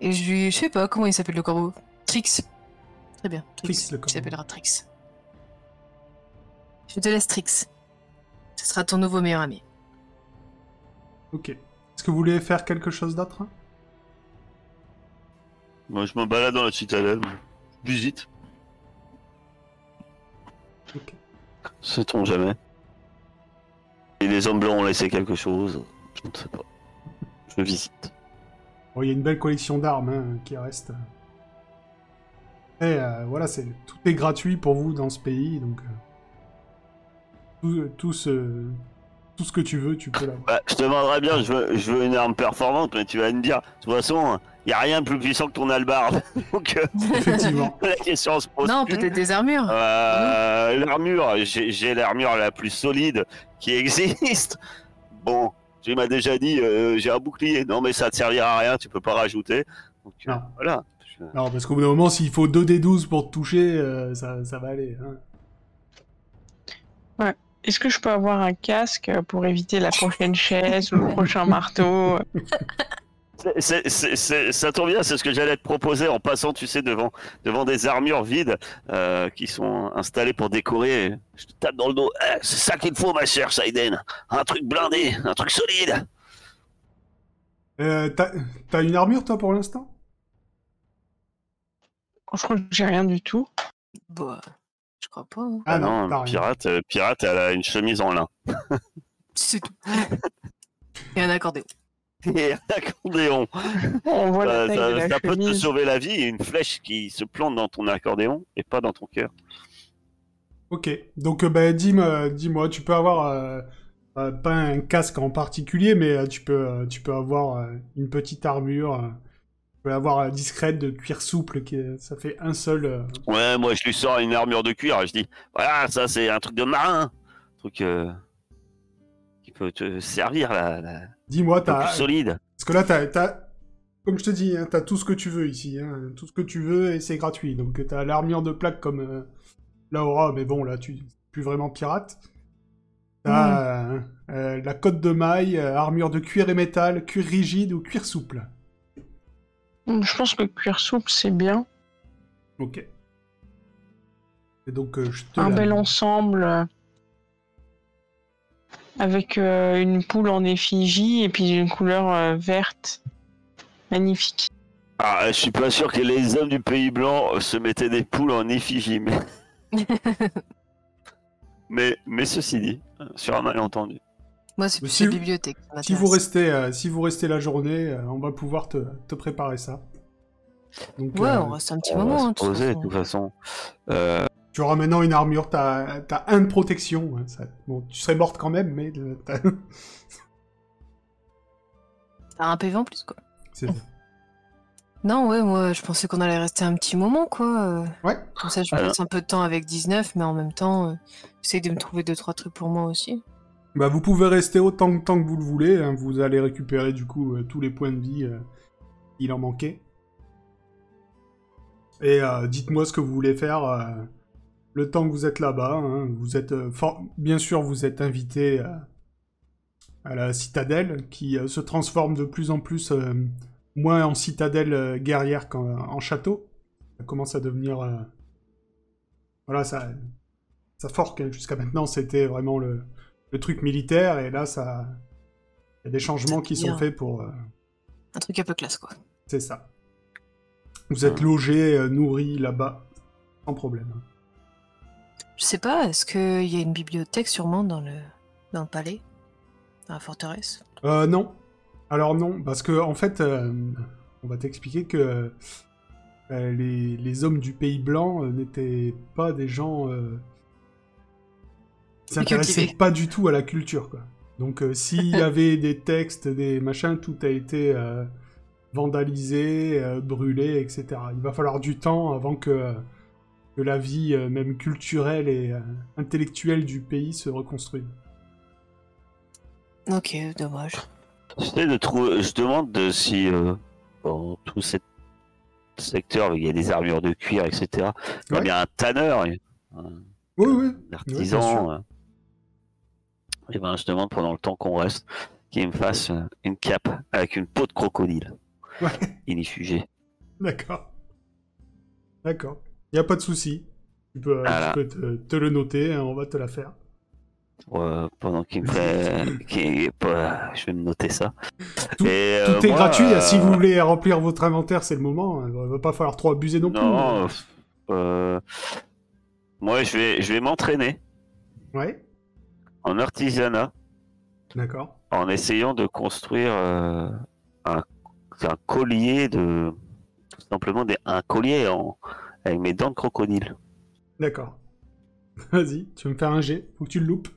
Speaker 2: Et je lui, je sais pas comment il s'appelle le corbeau. Trix. Très bien.
Speaker 1: Trix, le corbeau.
Speaker 2: Il s'appellera Trix. Je te laisse Trix. Ce sera ton nouveau meilleur ami.
Speaker 1: Ok. Est-ce que vous voulez faire quelque chose d'autre hein
Speaker 3: Moi, je me balade dans la citadelle. moi. Visite.
Speaker 1: Ok.
Speaker 3: Sait-on jamais. Et les hommes blancs ont laissé quelque chose. Je ne sais pas. Je visite.
Speaker 1: Bon, il y a une belle collection d'armes hein, qui reste. Et euh, voilà, c'est tout est gratuit pour vous dans ce pays, donc euh, tout, tout ce tout ce que tu veux, tu peux l'avoir.
Speaker 3: Bah, je te demanderais bien, je veux, je veux une arme performante, mais tu vas me dire, de toute façon, il n'y a rien de plus puissant que ton albarde. Donc, euh,
Speaker 1: Effectivement.
Speaker 3: la question se pose.
Speaker 2: non,
Speaker 3: plus.
Speaker 2: peut-être des armures.
Speaker 3: Euh, l'armure, j'ai j'ai l'armure la plus solide qui existe. Bon, tu m'as déjà dit, euh, j'ai un bouclier. Non, mais ça te servira à rien, tu peux pas rajouter. Donc, euh,
Speaker 1: Non.
Speaker 3: voilà. Je-
Speaker 1: Alors parce qu'au bout d'un moment, s'il faut 2 d 12 pour te toucher, euh, ça, ça va aller. hein.
Speaker 4: Est-ce que je peux avoir un casque pour éviter la prochaine chaise ou le prochain marteau
Speaker 3: C'est- c'est- c'est- c'est- ça tombe bien, c'est ce que j'allais te proposer en passant, tu sais, devant, devant des armures vides euh, qui sont installées pour décorer. Je te tape dans le dos. Eh, c'est ça qu'il faut, ma chère Saiden. Un truc blindé, un truc solide.
Speaker 1: Euh, t'as- T'as une armure toi pour l'instant
Speaker 4: Je crois que j'ai rien du tout.
Speaker 2: Bah, je crois pas. hein.
Speaker 1: Ah non, t'as
Speaker 3: le
Speaker 1: rien.
Speaker 3: pirate, euh, pirate, elle a une chemise en lin.
Speaker 2: C'est tout. Et un accordéon.
Speaker 3: Et un accordéon.
Speaker 4: On voit
Speaker 3: ça
Speaker 4: la taille de
Speaker 3: ça-
Speaker 4: la
Speaker 3: ça peut te
Speaker 4: chemise.
Speaker 3: sauver la vie, une flèche qui se plante dans ton accordéon et pas dans ton cœur.
Speaker 1: Ok, donc euh, bah, dis-moi, dis-moi, tu peux avoir euh, euh, pas un casque en particulier, mais euh, tu peux, euh, tu peux avoir euh, une petite armure, euh, tu peux avoir euh, discrète de cuir souple, qui, est- ça fait un seul. euh,
Speaker 3: Ouais, moi je lui sors une armure de cuir et je dis voilà, ça c'est un truc de marin, un truc euh, qui peut te servir là, là,
Speaker 1: Dis-moi,
Speaker 3: un peu plus
Speaker 1: t'as,
Speaker 3: solide.
Speaker 1: parce que là t'as, t'as- comme je te dis, hein, t'as tout ce que tu veux ici, hein, tout ce que tu veux et c'est gratuit. Donc t'as l'armure de plaque comme euh, Laura, mais bon là tu t'es plus vraiment pirate. T'as euh, euh, la cotte de maille, euh, armure de cuir et métal, cuir rigide ou cuir souple.
Speaker 4: Je pense que le cuir souple, c'est bien.
Speaker 1: Ok. Et donc, euh, je te.
Speaker 4: Un
Speaker 1: la-
Speaker 4: bel ensemble euh, avec euh, une poule en effigie et puis une couleur euh, verte. Magnifique.
Speaker 3: Ah, je suis pas sûr que les hommes du Pays Blanc euh, se mettaient des poules en effigie, mais. mais, mais ceci dit, euh, sur un malentendu.
Speaker 2: Moi, c'est
Speaker 1: Mais
Speaker 2: plus
Speaker 1: si
Speaker 2: la
Speaker 1: vous-
Speaker 2: bibliothèque. qui
Speaker 1: Si
Speaker 2: m'intéresse.
Speaker 1: vous, restez, euh, si vous restez la journée, euh, on va pouvoir te, te préparer ça. Donc,
Speaker 2: Ouais,
Speaker 1: euh,
Speaker 2: on reste un petit
Speaker 3: On va
Speaker 2: moment.
Speaker 3: se
Speaker 2: hein, de toute
Speaker 3: poser,
Speaker 2: façon.
Speaker 3: de toute façon. Euh,
Speaker 1: tu auras maintenant une armure, t'as t'as un de protection. hein, ça- Bon, tu serais morte quand même, mais euh, t'as-
Speaker 2: T'as un PV en plus, quoi.
Speaker 1: c'est
Speaker 2: Non, ouais, moi, je pensais qu'on allait rester un petit moment, quoi. euh.
Speaker 1: Ouais.
Speaker 2: Comme ça, je
Speaker 3: Alors.
Speaker 2: passe un peu de temps avec 19, mais en même temps, euh, j'essaie de me trouver deux trois trucs pour moi aussi.
Speaker 1: Bah, vous pouvez rester autant de temps que vous le voulez. hein, vous allez récupérer du coup euh, tous les points de vie euh, il en manquait. Et euh, dites-moi ce que vous voulez faire euh, le temps que vous êtes là-bas. hein. vous êtes euh, for- bien sûr vous êtes invité euh, à la citadelle qui euh, se transforme de plus en plus euh, moins en citadelle euh, guerrière qu'en en château. Ça commence à devenir euh, voilà ça ça forque. hein. Jusqu'à maintenant c'était vraiment le le truc militaire et là ça il y a des changements qui sont
Speaker 2: Bien.
Speaker 1: faits pour euh,
Speaker 2: Un truc un peu classe, quoi.
Speaker 1: c'est ça. Vous êtes logé, euh, nourri là-bas, sans problème.
Speaker 2: Je sais pas, est-ce qu'il y a une bibliothèque sûrement dans le, dans le palais Dans la forteresse
Speaker 1: Euh, non. Alors non, parce que en fait, euh, on va t'expliquer que euh, les, les hommes du Pays Blanc euh, n'étaient pas des gens euh, qui s'intéressaient
Speaker 2: Cultivés.
Speaker 1: pas du tout à la culture, quoi. Donc euh, s'il y avait des textes, des machins, tout a été euh, vandalisé, euh, brûlé, etc. Il va falloir du temps avant que, euh, que la vie, euh, même culturelle et euh, intellectuelle du pays, se reconstruise.
Speaker 2: Ok, dommage.
Speaker 3: J'essaie de trouver. Je demande de- si euh, dans tout ce secteur, il y a des armures de cuir, etc. Il y a
Speaker 1: Ouais.
Speaker 3: bien un tanneur, un
Speaker 1: Oui, oui. Ouais, bien
Speaker 3: artisan. et ben, je demande pendant le temps qu'on reste qu'il me fasse euh, une cape avec une peau de crocodile.
Speaker 1: Ouais.
Speaker 3: Inifugée.
Speaker 1: D'accord. D'accord. Il a pas de souci. Tu peux, tu
Speaker 3: Voilà.
Speaker 1: peux te, te le noter, hein, on va te la faire.
Speaker 3: Euh, pendant qu'il me fait. qu'il- bah, je vais me noter ça.
Speaker 1: Tout-
Speaker 3: Et,
Speaker 1: Tout
Speaker 3: euh,
Speaker 1: est
Speaker 3: moi,
Speaker 1: gratuit, hein.
Speaker 3: euh,
Speaker 1: si vous voulez remplir votre inventaire, c'est le moment. hein. Il va pas falloir trop abuser non,
Speaker 3: Non, euh, moi je vais, je vais m'entraîner
Speaker 1: plus. Ouais,
Speaker 3: en artisanat
Speaker 1: d'accord.
Speaker 3: en essayant de construire euh, un, un collier de tout simplement des- un collier en, avec mes dents de crocodile.
Speaker 1: D'accord. Vas-y, tu veux me faire un G, faut que tu le loupes.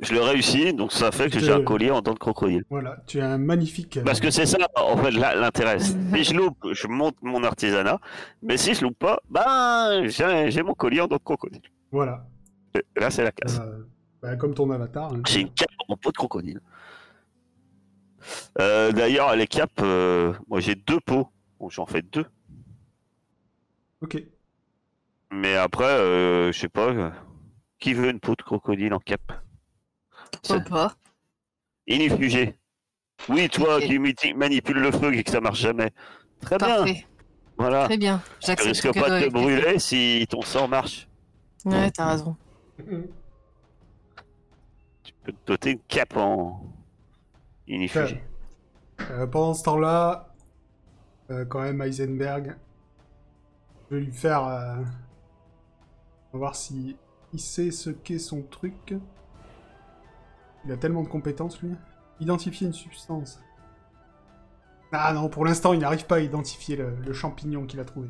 Speaker 3: Je le réussis, donc ça fait que
Speaker 1: Je-
Speaker 3: j'ai un collier en dents de crocodile.
Speaker 1: Voilà, tu as un magnifique. euh,
Speaker 3: Parce que c'est ça, en fait, là, l'intérêt. Si je loupe, je monte mon artisanat, mais si je loupe pas, ben j'ai j'ai mon collier en dents de crocodile.
Speaker 1: Voilà.
Speaker 3: Et Là, c'est la casse.
Speaker 1: Euh, bah, comme ton avatar. hein.
Speaker 3: J'ai une cape en peau de crocodile. Euh, D'ailleurs, les capes, euh, moi j'ai deux peaux. Bon, j'en fais deux.
Speaker 1: Ok.
Speaker 3: Mais après, euh, je sais pas. euh, qui veut une peau de crocodile en cape
Speaker 2: Pourquoi pas
Speaker 3: Inifugé. Oui, toi
Speaker 2: Ok.
Speaker 3: qui miti- manipule le feu et que ça marche jamais. Très bien.
Speaker 2: Parfait,
Speaker 3: Voilà.
Speaker 2: très bien.
Speaker 3: Tu
Speaker 2: J'accepte
Speaker 3: risques
Speaker 2: ton cadeau
Speaker 3: pas de te
Speaker 2: avec plaisir.
Speaker 3: brûler si ton sang marche.
Speaker 2: Ouais, t'as raison.
Speaker 3: Tu peux te doter une cape en inifugé.
Speaker 1: Euh, pendant ce temps-là, euh, quand même, Heisenberg, je vais lui faire. euh, on va voir si il sait ce qu'est son truc. Il a tellement de compétences, lui. Identifier une substance. Ah non, pour l'instant, il n'arrive pas à identifier le, le champignon qu'il a trouvé.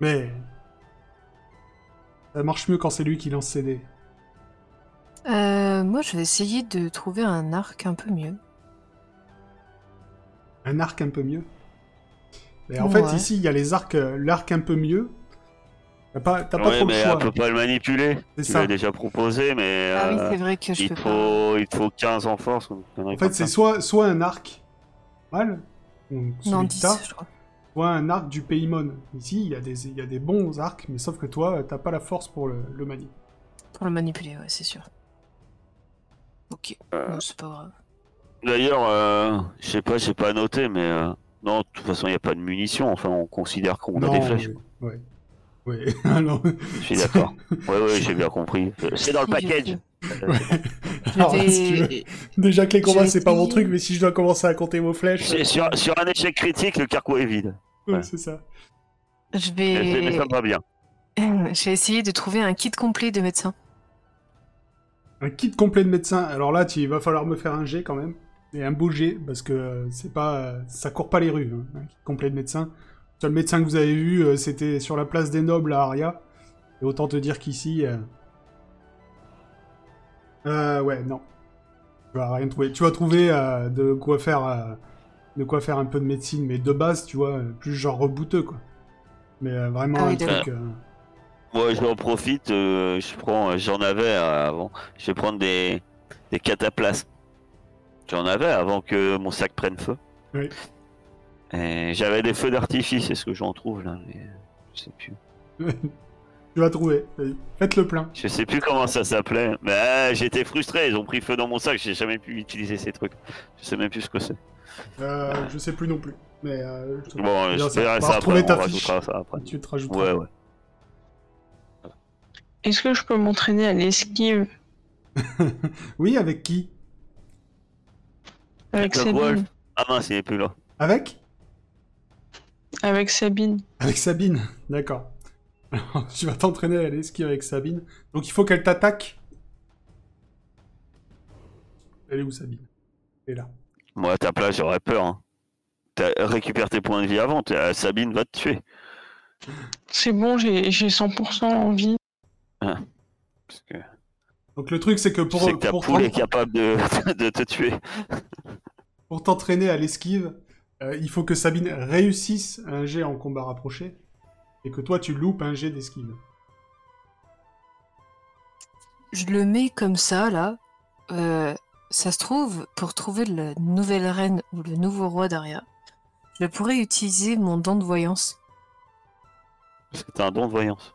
Speaker 1: Mais. Ça marche mieux quand c'est lui qui lance ses dés.
Speaker 2: Euh, moi, je vais essayer de trouver un arc un peu mieux.
Speaker 1: un arc un peu mieux. Mais en fait,
Speaker 2: Ouais.
Speaker 1: ici, il y a les arcs, euh, l'arc un peu mieux. T'as pas, t'as pas
Speaker 3: Ouais,
Speaker 1: trop le
Speaker 3: mais
Speaker 1: choix.
Speaker 3: elle peut pas le manipuler.
Speaker 1: C'est
Speaker 3: Tu
Speaker 1: ça.
Speaker 3: l'as déjà proposé, mais.
Speaker 2: Ah oui,
Speaker 3: euh,
Speaker 2: c'est vrai que je
Speaker 3: il,
Speaker 2: peux
Speaker 3: te
Speaker 2: pas.
Speaker 3: faut, il te faut 15 en force. ou une connerie
Speaker 1: En fait,
Speaker 3: comme ça.
Speaker 1: c'est soit, soit un arc mal, donc
Speaker 2: Non,
Speaker 1: celui que
Speaker 2: 10,
Speaker 1: t'as,
Speaker 2: je crois.
Speaker 1: soit un arc du Paymon. Ici, il y, a des, il y a des bons arcs, mais sauf que toi, t'as pas la force pour le, le manier.
Speaker 2: Pour le manipuler, ouais, c'est sûr. Ok,
Speaker 3: Euh,
Speaker 2: non, c'est pas grave.
Speaker 3: D'ailleurs, euh, je sais pas, j'ai pas noté, mais euh, non, de toute façon, il n'y a pas de munitions. Enfin, on considère qu'on a
Speaker 1: non,
Speaker 3: des flèches.
Speaker 1: ouais. Ouais. Ouais, alors,
Speaker 3: Je suis d'accord. Ouais, ouais, j'ai bien compris. C'est dans le
Speaker 2: Si, je
Speaker 3: package.
Speaker 2: sais.
Speaker 1: alors, si tu veux.
Speaker 2: J'avais-
Speaker 1: Déjà que les
Speaker 2: je
Speaker 1: combats,
Speaker 2: vais
Speaker 1: c'est pas mon
Speaker 2: essayer.
Speaker 1: truc, mais si je dois commencer à compter vos flèches,
Speaker 3: C'est- Sur, sur un échec critique, le carquois est vide.
Speaker 1: ouais,
Speaker 3: ouais.
Speaker 1: c'est ça.
Speaker 2: Je
Speaker 3: Mais c'est- Mais ça
Speaker 2: vais...
Speaker 3: me va bien.
Speaker 2: je vais essayer de trouver un kit complet de médecin.
Speaker 1: Un kit complet de médecin. Alors là, tu- il va falloir me faire un jet quand même. Et un beau jet, parce que euh, c'est pas, euh, ça court pas les rues, hein, un kit complet de médecin. Le seul médecin que vous avez vu, euh, c'était sur la place des nobles à Aria. Et autant te dire qu'ici. Euh... euh, ouais, non. Tu vas rien trouver. Tu vas trouver euh, de, quoi faire, euh, de quoi faire un peu de médecine, mais de base, tu vois, euh, plus genre rebouteux, quoi. Mais euh, vraiment
Speaker 2: Ah oui,
Speaker 1: un truc. euh,
Speaker 3: Moi, j'en profite. euh, je prends, euh, j'en avais euh, avant. Je vais prendre des, des cataplasmes. J'en avais avant que mon sac prenne feu.
Speaker 1: Oui.
Speaker 3: Et J'avais des feux d'artifice, est-ce que j'en trouve là mais, euh, Je sais plus.
Speaker 1: tu vas trouver. Vas-y. Faites le plein.
Speaker 3: Je sais plus comment ça s'appelait, mais euh, j'étais frustré, ils ont pris feu dans mon sac, j'ai jamais pu utiliser ces trucs. Je sais même plus ce que c'est.
Speaker 1: Euh, je sais plus non plus. Mais euh, je te-
Speaker 3: Bon, euh,
Speaker 1: Bien,
Speaker 3: je
Speaker 1: ça-
Speaker 3: verrai
Speaker 1: on va
Speaker 3: ça après,
Speaker 1: retrouver ta
Speaker 3: on
Speaker 1: fiche.
Speaker 3: rajoutera ça après.
Speaker 1: Bah, tu te rajoutes.
Speaker 3: Ouais, ouais.
Speaker 4: Est-ce que je peux m'entraîner à l'esquive
Speaker 1: Oui, avec qui
Speaker 4: avec
Speaker 3: Jack Wolf.
Speaker 4: Sabine
Speaker 3: Ah mince, il est plus là.
Speaker 1: Avec
Speaker 4: Avec Sabine.
Speaker 1: Avec Sabine, d'accord. Alors, tu vas t'entraîner à aller skier avec Sabine. Donc il faut qu'elle t'attaque. Elle est où Sabine Elle est là.
Speaker 3: Moi, à ta place, j'aurais peur. Hein. T'as- Récupère tes points de vie avant, t'es- euh, Sabine va te tuer.
Speaker 4: C'est bon, j'ai j'ai 100% envie.
Speaker 3: Parce que
Speaker 1: Donc le truc c'est que
Speaker 3: tu
Speaker 1: pour
Speaker 3: sais que ta
Speaker 1: pour
Speaker 3: poule
Speaker 1: t'en-
Speaker 3: est capable de, de te tuer.
Speaker 1: pour t'entraîner à l'esquive, euh, il faut que Sabine réussisse un jet en combat rapproché et que toi tu loupes un jet d'esquive.
Speaker 2: Je le mets comme ça, là. euh, ça se trouve, pour trouver la nouvelle reine ou le nouveau roi d'Aria, je pourrais utiliser mon don de voyance.
Speaker 3: C'est un don de voyance.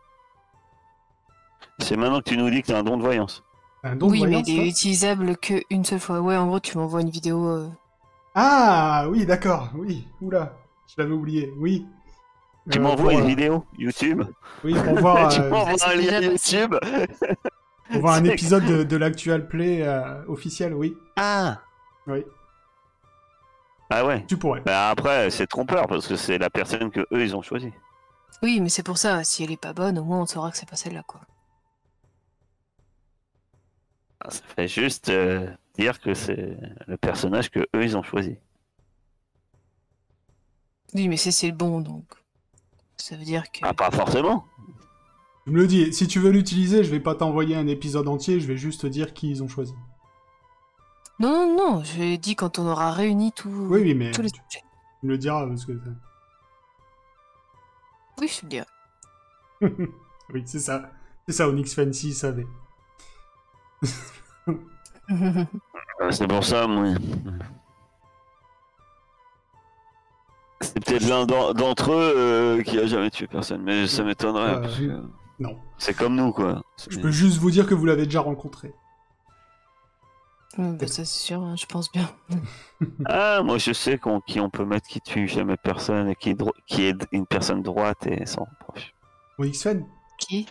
Speaker 3: C'est maintenant que tu nous dis que t'as un don de voyance.
Speaker 1: Un don de
Speaker 2: oui,
Speaker 1: voyance,
Speaker 2: mais il
Speaker 1: toi
Speaker 2: est utilisable qu'une seule fois. Ouais, en gros, tu m'envoies une vidéo. euh,
Speaker 1: Ah oui, d'accord, oui, oula, je l'avais oublié, oui.
Speaker 3: Tu
Speaker 1: Euh,
Speaker 3: m'envoies
Speaker 1: pour,
Speaker 3: une
Speaker 1: euh,
Speaker 3: vidéo YouTube.
Speaker 1: Oui, pour voir,
Speaker 3: tu
Speaker 1: euh,
Speaker 3: m'envoies
Speaker 2: c'est
Speaker 3: un
Speaker 2: déjà
Speaker 3: lien
Speaker 2: passé.
Speaker 3: YouTube.
Speaker 1: pour voir un
Speaker 3: c'est-
Speaker 1: épisode de, de l'actual play euh, officiel, oui.
Speaker 3: Ah
Speaker 1: Oui,
Speaker 3: Ah ouais.
Speaker 1: tu pourrais.
Speaker 3: Bah après, c'est trompeur parce que c'est la personne que eux ils ont choisi.
Speaker 2: Oui, mais c'est pour ça. Si elle est pas bonne, au moins on saura que c'est pas celle-là, quoi.
Speaker 3: Ah, Ça fait juste euh, dire que c'est le personnage que eux ils ont choisi.
Speaker 2: Oui, mais c'est c'est le bon, donc. Ça veut dire que.
Speaker 3: Ah pas forcément.
Speaker 1: Tu me le dis, si tu veux l'utiliser, je vais pas t'envoyer un épisode entier, je vais juste te dire qui ils ont choisi.
Speaker 2: Non, non, non, je dis quand on aura réuni tout...
Speaker 1: Oui, oui, mais
Speaker 2: tous
Speaker 1: tu
Speaker 2: les sujets.
Speaker 1: tu me le diras parce que.
Speaker 2: Oui, je te le dirai.
Speaker 1: oui, c'est ça. C'est ça, Onyx Fancy, il savait.
Speaker 3: Ah, C'est pour ça, moi. C'est peut-être l'un d'en- d'entre eux euh, qui a jamais tué personne, mais ça m'étonnerait.
Speaker 1: Euh,
Speaker 3: parce que
Speaker 1: Non.
Speaker 3: C'est comme nous, quoi.
Speaker 1: Je peux juste vous dire que vous l'avez déjà rencontré.
Speaker 2: Mm, bah, ça, c'est sûr, hein, je pense bien.
Speaker 3: Ah, moi je sais qu'on- qui on peut mettre qui tue jamais personne et qui, est dro- qui est une personne droite et sans reproche.
Speaker 1: Onyx Fan
Speaker 2: Qui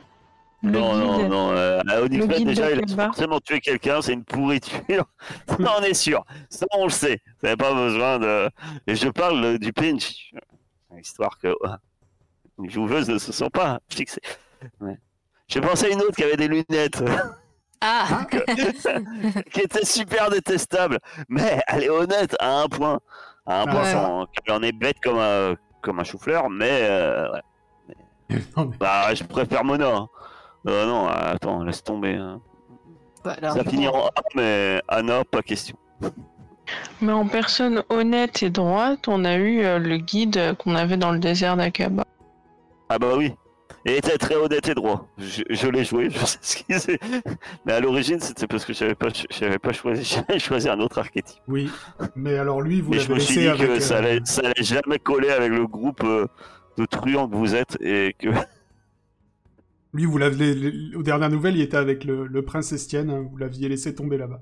Speaker 4: Le
Speaker 3: non, non,
Speaker 4: guide.
Speaker 3: non, euh, à Onyx
Speaker 4: Le
Speaker 3: Fan,
Speaker 4: guide
Speaker 3: déjà,
Speaker 4: de
Speaker 3: il a
Speaker 4: Kemba.
Speaker 3: forcément tué quelqu'un, c'est une pourriture. ça, on est sûr. Ça, on le sait. Ça n'a pas besoin de. Et je parle euh, du pinch. Histoire que. euh, Les joueuses ne se sont pas fixées. Ouais. J'ai pensé à une autre qui avait des lunettes,
Speaker 1: Hein
Speaker 2: Ah
Speaker 3: qui était super détestable. Mais elle est honnête à un point. À un
Speaker 1: Ah
Speaker 3: point,
Speaker 2: ouais.
Speaker 3: sans- qu'elle en est bête comme un, comme un chou-fleur, mais euh, ouais.
Speaker 1: Non, mais-
Speaker 3: Bah, je préfère Mona. hein. Euh, non, attends, laisse tomber. hein.
Speaker 2: bah, alors,
Speaker 3: Ça finit en A, mais Anna, pas question.
Speaker 4: Mais en personne honnête et droite, on a eu euh, le guide qu'on avait dans le désert d'Akaba.
Speaker 3: Ah bah oui. Et était très honnête et droit. Je, je l'ai joué, je sais ce qu'il c'est. Mais à l'origine, c'était parce que j'avais pas, cho- j'avais pas choisi, j'avais choisi un autre archétype.
Speaker 1: Oui, mais alors lui, vous
Speaker 3: Mais je
Speaker 1: l'avez
Speaker 3: me suis
Speaker 1: laissé
Speaker 3: dit
Speaker 1: avec.
Speaker 3: que
Speaker 1: euh,
Speaker 3: ça allait, ça allait jamais coller avec le groupe euh, de truands que vous êtes et que.
Speaker 1: Lui, vous l'avez. les- les- Aux dernières nouvelles, il était avec le, le prince Estienne, hein, vous l'aviez laissé tomber là-bas.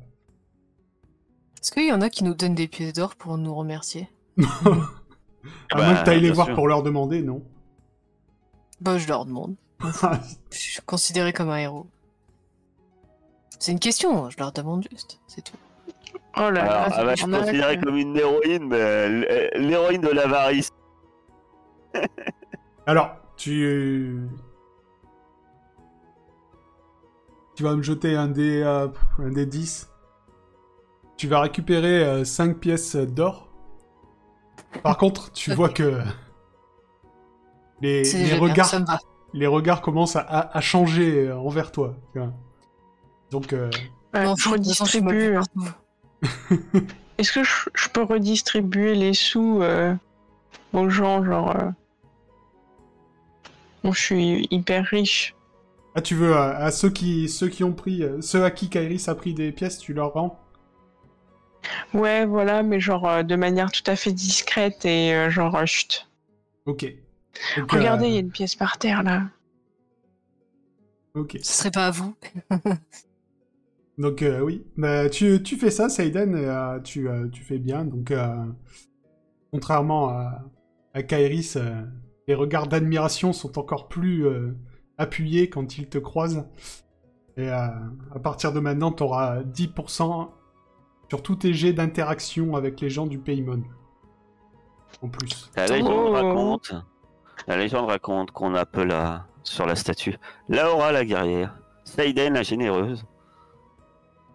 Speaker 2: Est-ce qu'il y en a qui nous donnent des pièces d'or pour nous remercier
Speaker 1: À
Speaker 3: Bah,
Speaker 1: moins que t'ailles les
Speaker 3: bien
Speaker 1: voir
Speaker 3: sûr.
Speaker 1: pour leur demander, non
Speaker 2: Bah, je leur demande.
Speaker 1: Ah,
Speaker 2: Je suis considéré comme un héros. C'est une question, hein, je leur demande juste, c'est tout.
Speaker 4: Oh là là,
Speaker 3: Alors,
Speaker 1: ah
Speaker 3: elle va
Speaker 4: c'est
Speaker 3: être
Speaker 4: arnaque.
Speaker 3: considérée comme une héroïne, mais euh, l'héroïne de l'avarice.
Speaker 1: Alors, tu. Tu vas me jeter un des, euh, un des 10. Tu vas récupérer 5 pièces d'or. Par contre, tu
Speaker 2: Ok.
Speaker 1: vois que. Les,
Speaker 2: C'est
Speaker 1: les
Speaker 2: déjà bien,
Speaker 1: regards,
Speaker 2: ça me va.
Speaker 1: les regards commencent à, à- à changer euh, envers toi. tu vois. Donc, euh,
Speaker 4: Ouais,
Speaker 2: Non,
Speaker 4: Ah, je
Speaker 2: faut- de toute façon, je suis mal vue
Speaker 4: redistribue.
Speaker 2: partout.
Speaker 4: Est-ce que je, je peux redistribuer les sous euh, aux gens, genre euh, bon, je suis hyper riche.
Speaker 1: ah, tu veux, euh, à ceux qui, ceux qui ont pris, euh, ceux à qui Kairis a pris des pièces, tu leur rends
Speaker 4: Ouais, voilà, mais genre euh, de manière tout à fait discrète et euh, genre euh, chut.
Speaker 1: Ok. Donc, euh,
Speaker 4: Regardez, il y a une pièce par terre là.
Speaker 1: euh, ok.
Speaker 2: Ce serait pas à vous.
Speaker 1: Donc euh, oui, Bah, tu, tu fais ça, Seiden, et, euh, tu, euh, tu fais bien. Donc euh, contrairement à, à Kairis, euh, les regards d'admiration sont encore plus euh, appuyés quand ils te croisent. Et euh, à partir de maintenant, tu auras 10% sur tous tes jets d'interaction avec les gens du Paymon. En plus.
Speaker 3: La légende
Speaker 4: Oh.
Speaker 3: raconte, la légende raconte qu'on appelle à- sur la statue Laura la guerrière, Seiden la généreuse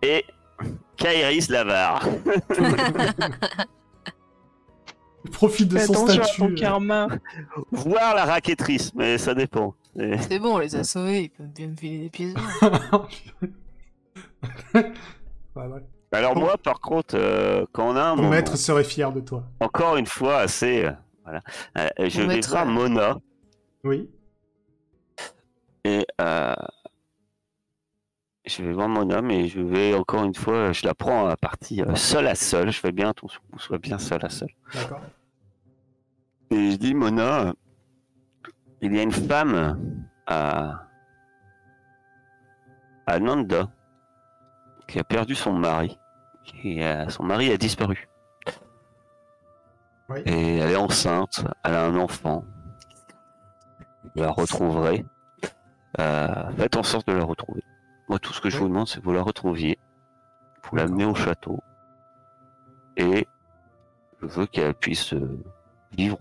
Speaker 3: et Kairis l'avare.
Speaker 1: Profite de
Speaker 4: Fais
Speaker 1: son
Speaker 4: attention à ton
Speaker 1: statut. euh,
Speaker 4: karma.
Speaker 3: Voire la raquettrice, mais ça dépend. Et-
Speaker 2: C'est bon, on les a sauvés, ils peuvent bien me filer des pièces d'or.
Speaker 1: euh. Ouais, ouais.
Speaker 3: Alors
Speaker 1: Bon.
Speaker 3: moi, par contre, euh, quand on a un
Speaker 1: Ton
Speaker 3: moment-
Speaker 1: maître serait fier de toi.
Speaker 3: encore une fois assez, euh, voilà, euh, je
Speaker 2: Ton
Speaker 3: vais
Speaker 2: maître,
Speaker 3: voir
Speaker 2: euh,
Speaker 3: Mona
Speaker 1: Oui.
Speaker 3: et euh, je vais voir mon homme et je vais encore une fois, je la prends à partie euh, seul à seul. Je fais bien attention qu'on soit bien seul à seul.
Speaker 1: D'accord.
Speaker 3: Et je dis, Mona, euh, il y a une femme à, à Nanda qui a perdu son mari. Et euh, son mari a disparu.
Speaker 1: Oui.
Speaker 3: Et elle est enceinte, elle a un enfant. Vous la retrouverez. Euh, faites en sorte de la retrouver. Moi, tout ce que je
Speaker 1: Oui.
Speaker 3: vous demande, c'est que vous la retrouviez. Vous
Speaker 1: D'accord.
Speaker 3: l'amenez au château. Et je veux qu'elle puisse euh, vivre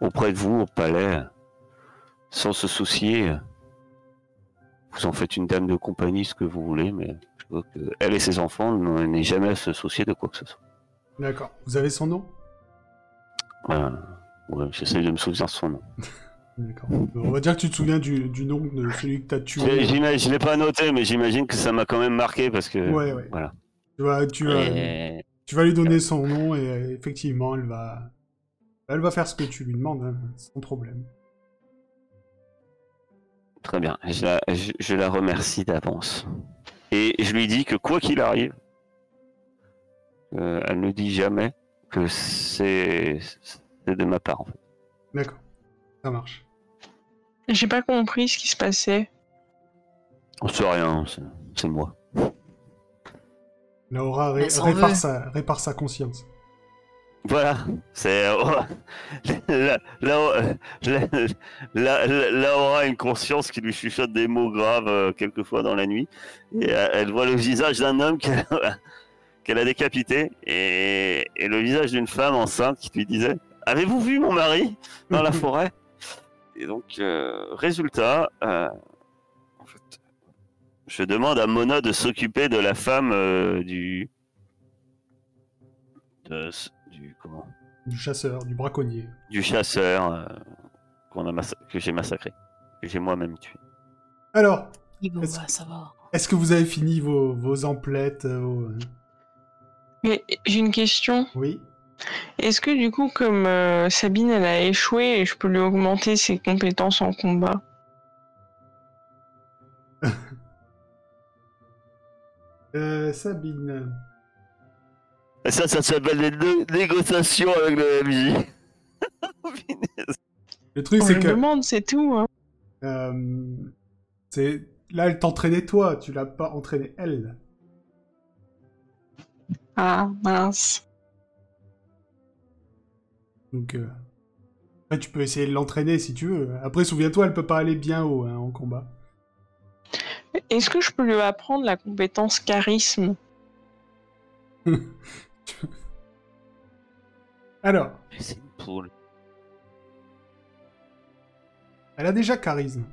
Speaker 3: au- auprès de vous, au palais, sans se soucier. Vous en faites une dame de compagnie, ce que vous voulez, mais je veux que elle et ses enfants n'en- n'aient jamais à se soucier de quoi que ce soit.
Speaker 1: D'accord. Vous avez son nom
Speaker 3: Euh, ouais, J'essaie de me souvenir de son nom.
Speaker 1: D'accord. Euh, On va dire que tu te souviens du, du nom de celui que t'as tué.
Speaker 3: J'imagine, je l'ai pas noté, mais j'imagine que ça m'a quand même marqué parce que.
Speaker 1: Ouais, ouais.
Speaker 3: Voilà.
Speaker 1: Tu vas, tu, vas,
Speaker 3: Et-
Speaker 1: tu vas lui donner son nom et euh, effectivement, elle va, elle va faire ce que tu lui demandes, hein, sans problème.
Speaker 3: Très bien, je la, je- je la remercie d'avance. Et je lui dis que quoi qu'il arrive, euh, elle ne dit jamais que c'est c'est de ma part. En fait.
Speaker 1: D'accord. Ça marche.
Speaker 4: J'ai pas compris ce qui se passait.
Speaker 3: On sait rien, c'est- c'est moi.
Speaker 1: Laura ré-
Speaker 2: Elle s'en
Speaker 1: répare,
Speaker 2: veut.
Speaker 1: sa, répare sa conscience.
Speaker 3: Voilà, c'est euh, la, la, la, la- la- Laura a une conscience qui lui chuchote des mots graves euh, quelquefois dans la nuit. Et euh, elle voit le visage d'un homme qu'elle qu'elle a décapité et, et le visage d'une femme enceinte qui lui disait Avez-vous vu mon mari dans la forêt Et donc, euh, résultat, euh, en fait, je demande à Mona de s'occuper de la femme euh, du. de ce- du comment
Speaker 1: Du chasseur, du braconnier.
Speaker 3: du chasseur euh, qu'on a massa- que j'ai massacré, que j'ai moi-même tué.
Speaker 1: Alors,
Speaker 2: Oui, bon,
Speaker 1: Est-ce-
Speaker 2: bah, ça va.
Speaker 1: est-ce que vous avez fini vos, vos emplettes euh, vos-
Speaker 4: Mais j'ai une question.
Speaker 1: Oui.
Speaker 4: Est-ce que du coup, comme euh, Sabine, elle a échoué, je peux lui augmenter ses compétences en combat
Speaker 1: Euh, Sabine.
Speaker 3: Et ça, ça s'appelle des né- négociations avec le MJ.
Speaker 1: Le truc,
Speaker 4: On
Speaker 1: c'est
Speaker 4: lui
Speaker 1: que.
Speaker 4: demande, c'est tout. Hein.
Speaker 1: euh, c'est Là, elle t'entraînait toi, tu l'as pas entraînée elle.
Speaker 4: Ah mince.
Speaker 1: Donc, euh, après, tu peux essayer de l'entraîner si tu veux. Après, souviens-toi, elle peut pas aller bien haut hein, en combat.
Speaker 4: Est-ce que je peux lui apprendre la compétence charisme
Speaker 1: Alors,
Speaker 3: C'est une poule.
Speaker 1: elle a déjà charisme.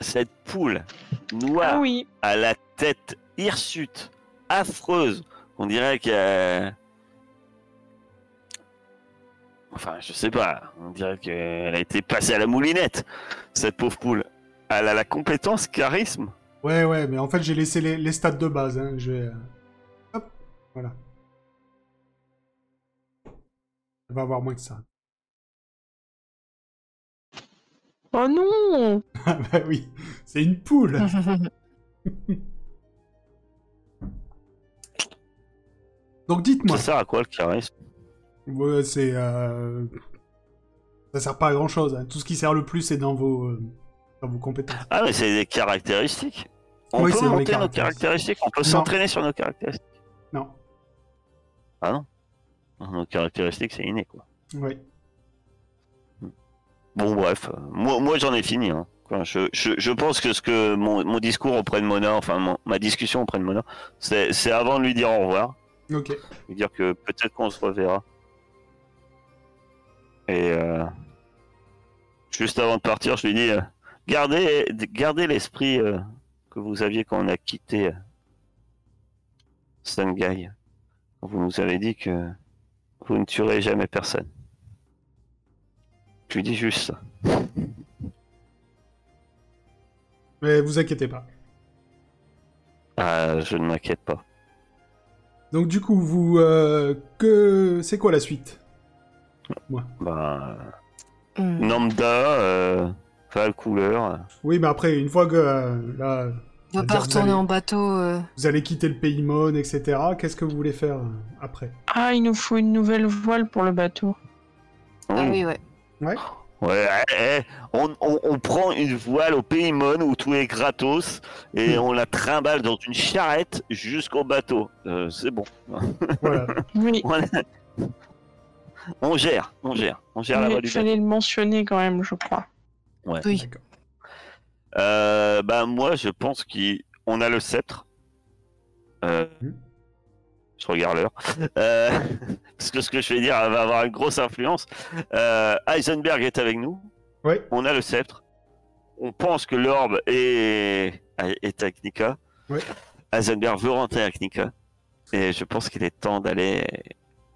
Speaker 3: Cette poule
Speaker 4: Ah
Speaker 3: noire
Speaker 4: oui.
Speaker 3: à la tête hirsute, affreuse, on dirait euh, qu'elle... Enfin, je sais pas, on dirait qu'elle a été passée à la moulinette, cette pauvre poule. Elle a la compétence charisme.
Speaker 1: Ouais, ouais, mais en fait, j'ai laissé les, les stats de base. Hein. Je vais. euh, Hop, voilà. Elle va avoir moins que ça.
Speaker 4: Oh non
Speaker 1: Ah bah oui, c'est une poule. Donc dites-moi.
Speaker 3: Ça sert à quoi le charisme
Speaker 1: Ouais, c'est. euh, Ça sert pas à grand chose. Tout ce qui sert le plus, c'est dans vos, euh, dans vos compétences.
Speaker 3: Ah, mais c'est des caractéristiques. On
Speaker 1: Oui,
Speaker 3: peut
Speaker 1: c'est dans les
Speaker 3: monter nos
Speaker 1: caractéristiques.
Speaker 3: caractéristiques, on peut
Speaker 1: Non.
Speaker 3: s'entraîner sur nos caractéristiques.
Speaker 1: Non.
Speaker 3: Ah non Nos caractéristiques, c'est inné, quoi.
Speaker 1: Oui.
Speaker 3: Bon, bref, euh, moi, moi j'en ai fini. Hein. Quoi, Je, je, je pense que ce que mon, mon discours auprès de Mona, enfin mon- ma discussion auprès de Mona, c'est c'est avant de lui dire au revoir,
Speaker 1: Ok.
Speaker 3: lui dire que peut-être qu'on se reverra. Et euh, juste avant de partir, je lui dis euh, gardez, gardez l'esprit euh, que vous aviez quand on a quitté euh, Sungai. Vous nous avez dit que vous ne tuerez jamais personne. Je lui dis juste ça.
Speaker 1: Mais vous inquiétez pas.
Speaker 3: Ah, je ne m'inquiète pas.
Speaker 1: Donc du coup, vous. euh, que. C'est quoi la suite
Speaker 3: Bah,
Speaker 2: Hmm.
Speaker 3: Namda, euh, pas de couleur.
Speaker 1: Oui, mais après, une fois que. euh, là,
Speaker 2: On peut
Speaker 1: C'est-à-dire,
Speaker 2: pas
Speaker 1: vous
Speaker 2: retourner
Speaker 1: allez-
Speaker 2: en bateau. euh,
Speaker 1: Vous allez quitter le pays Mon, etc. Qu'est-ce que vous voulez faire euh, après
Speaker 4: Ah, il nous faut une nouvelle voile pour le bateau.
Speaker 2: Ah
Speaker 3: Mmh.
Speaker 2: oui, ouais.
Speaker 3: Ouais, eh, eh, on, on- on prend une voile au Paymon où tout est gratos et
Speaker 1: Hmm.
Speaker 3: on la trimballe dans une charrette jusqu'au bateau. Euh, c'est bon.
Speaker 1: Voilà.
Speaker 4: Oui,
Speaker 3: On, on gère, on gère, on gère la
Speaker 4: mais
Speaker 3: voile
Speaker 4: il
Speaker 3: du bateau.
Speaker 4: fallait le mentionner quand même, je crois.
Speaker 3: Ouais.
Speaker 2: Oui.
Speaker 1: D'accord.
Speaker 3: Euh, bah, moi, je pense qu'on a le sceptre. Euh,
Speaker 1: Hmm.
Speaker 3: Je regarde l'heure. Euh, parce que ce que je vais dire va avoir une grosse influence. Euh, Heisenberg est avec nous.
Speaker 1: Ouais.
Speaker 3: On a le sceptre. On pense que l'orbe est, est à Knika.
Speaker 1: Ouais.
Speaker 3: Heisenberg veut rentrer à Knika. Et je pense qu'il est temps d'aller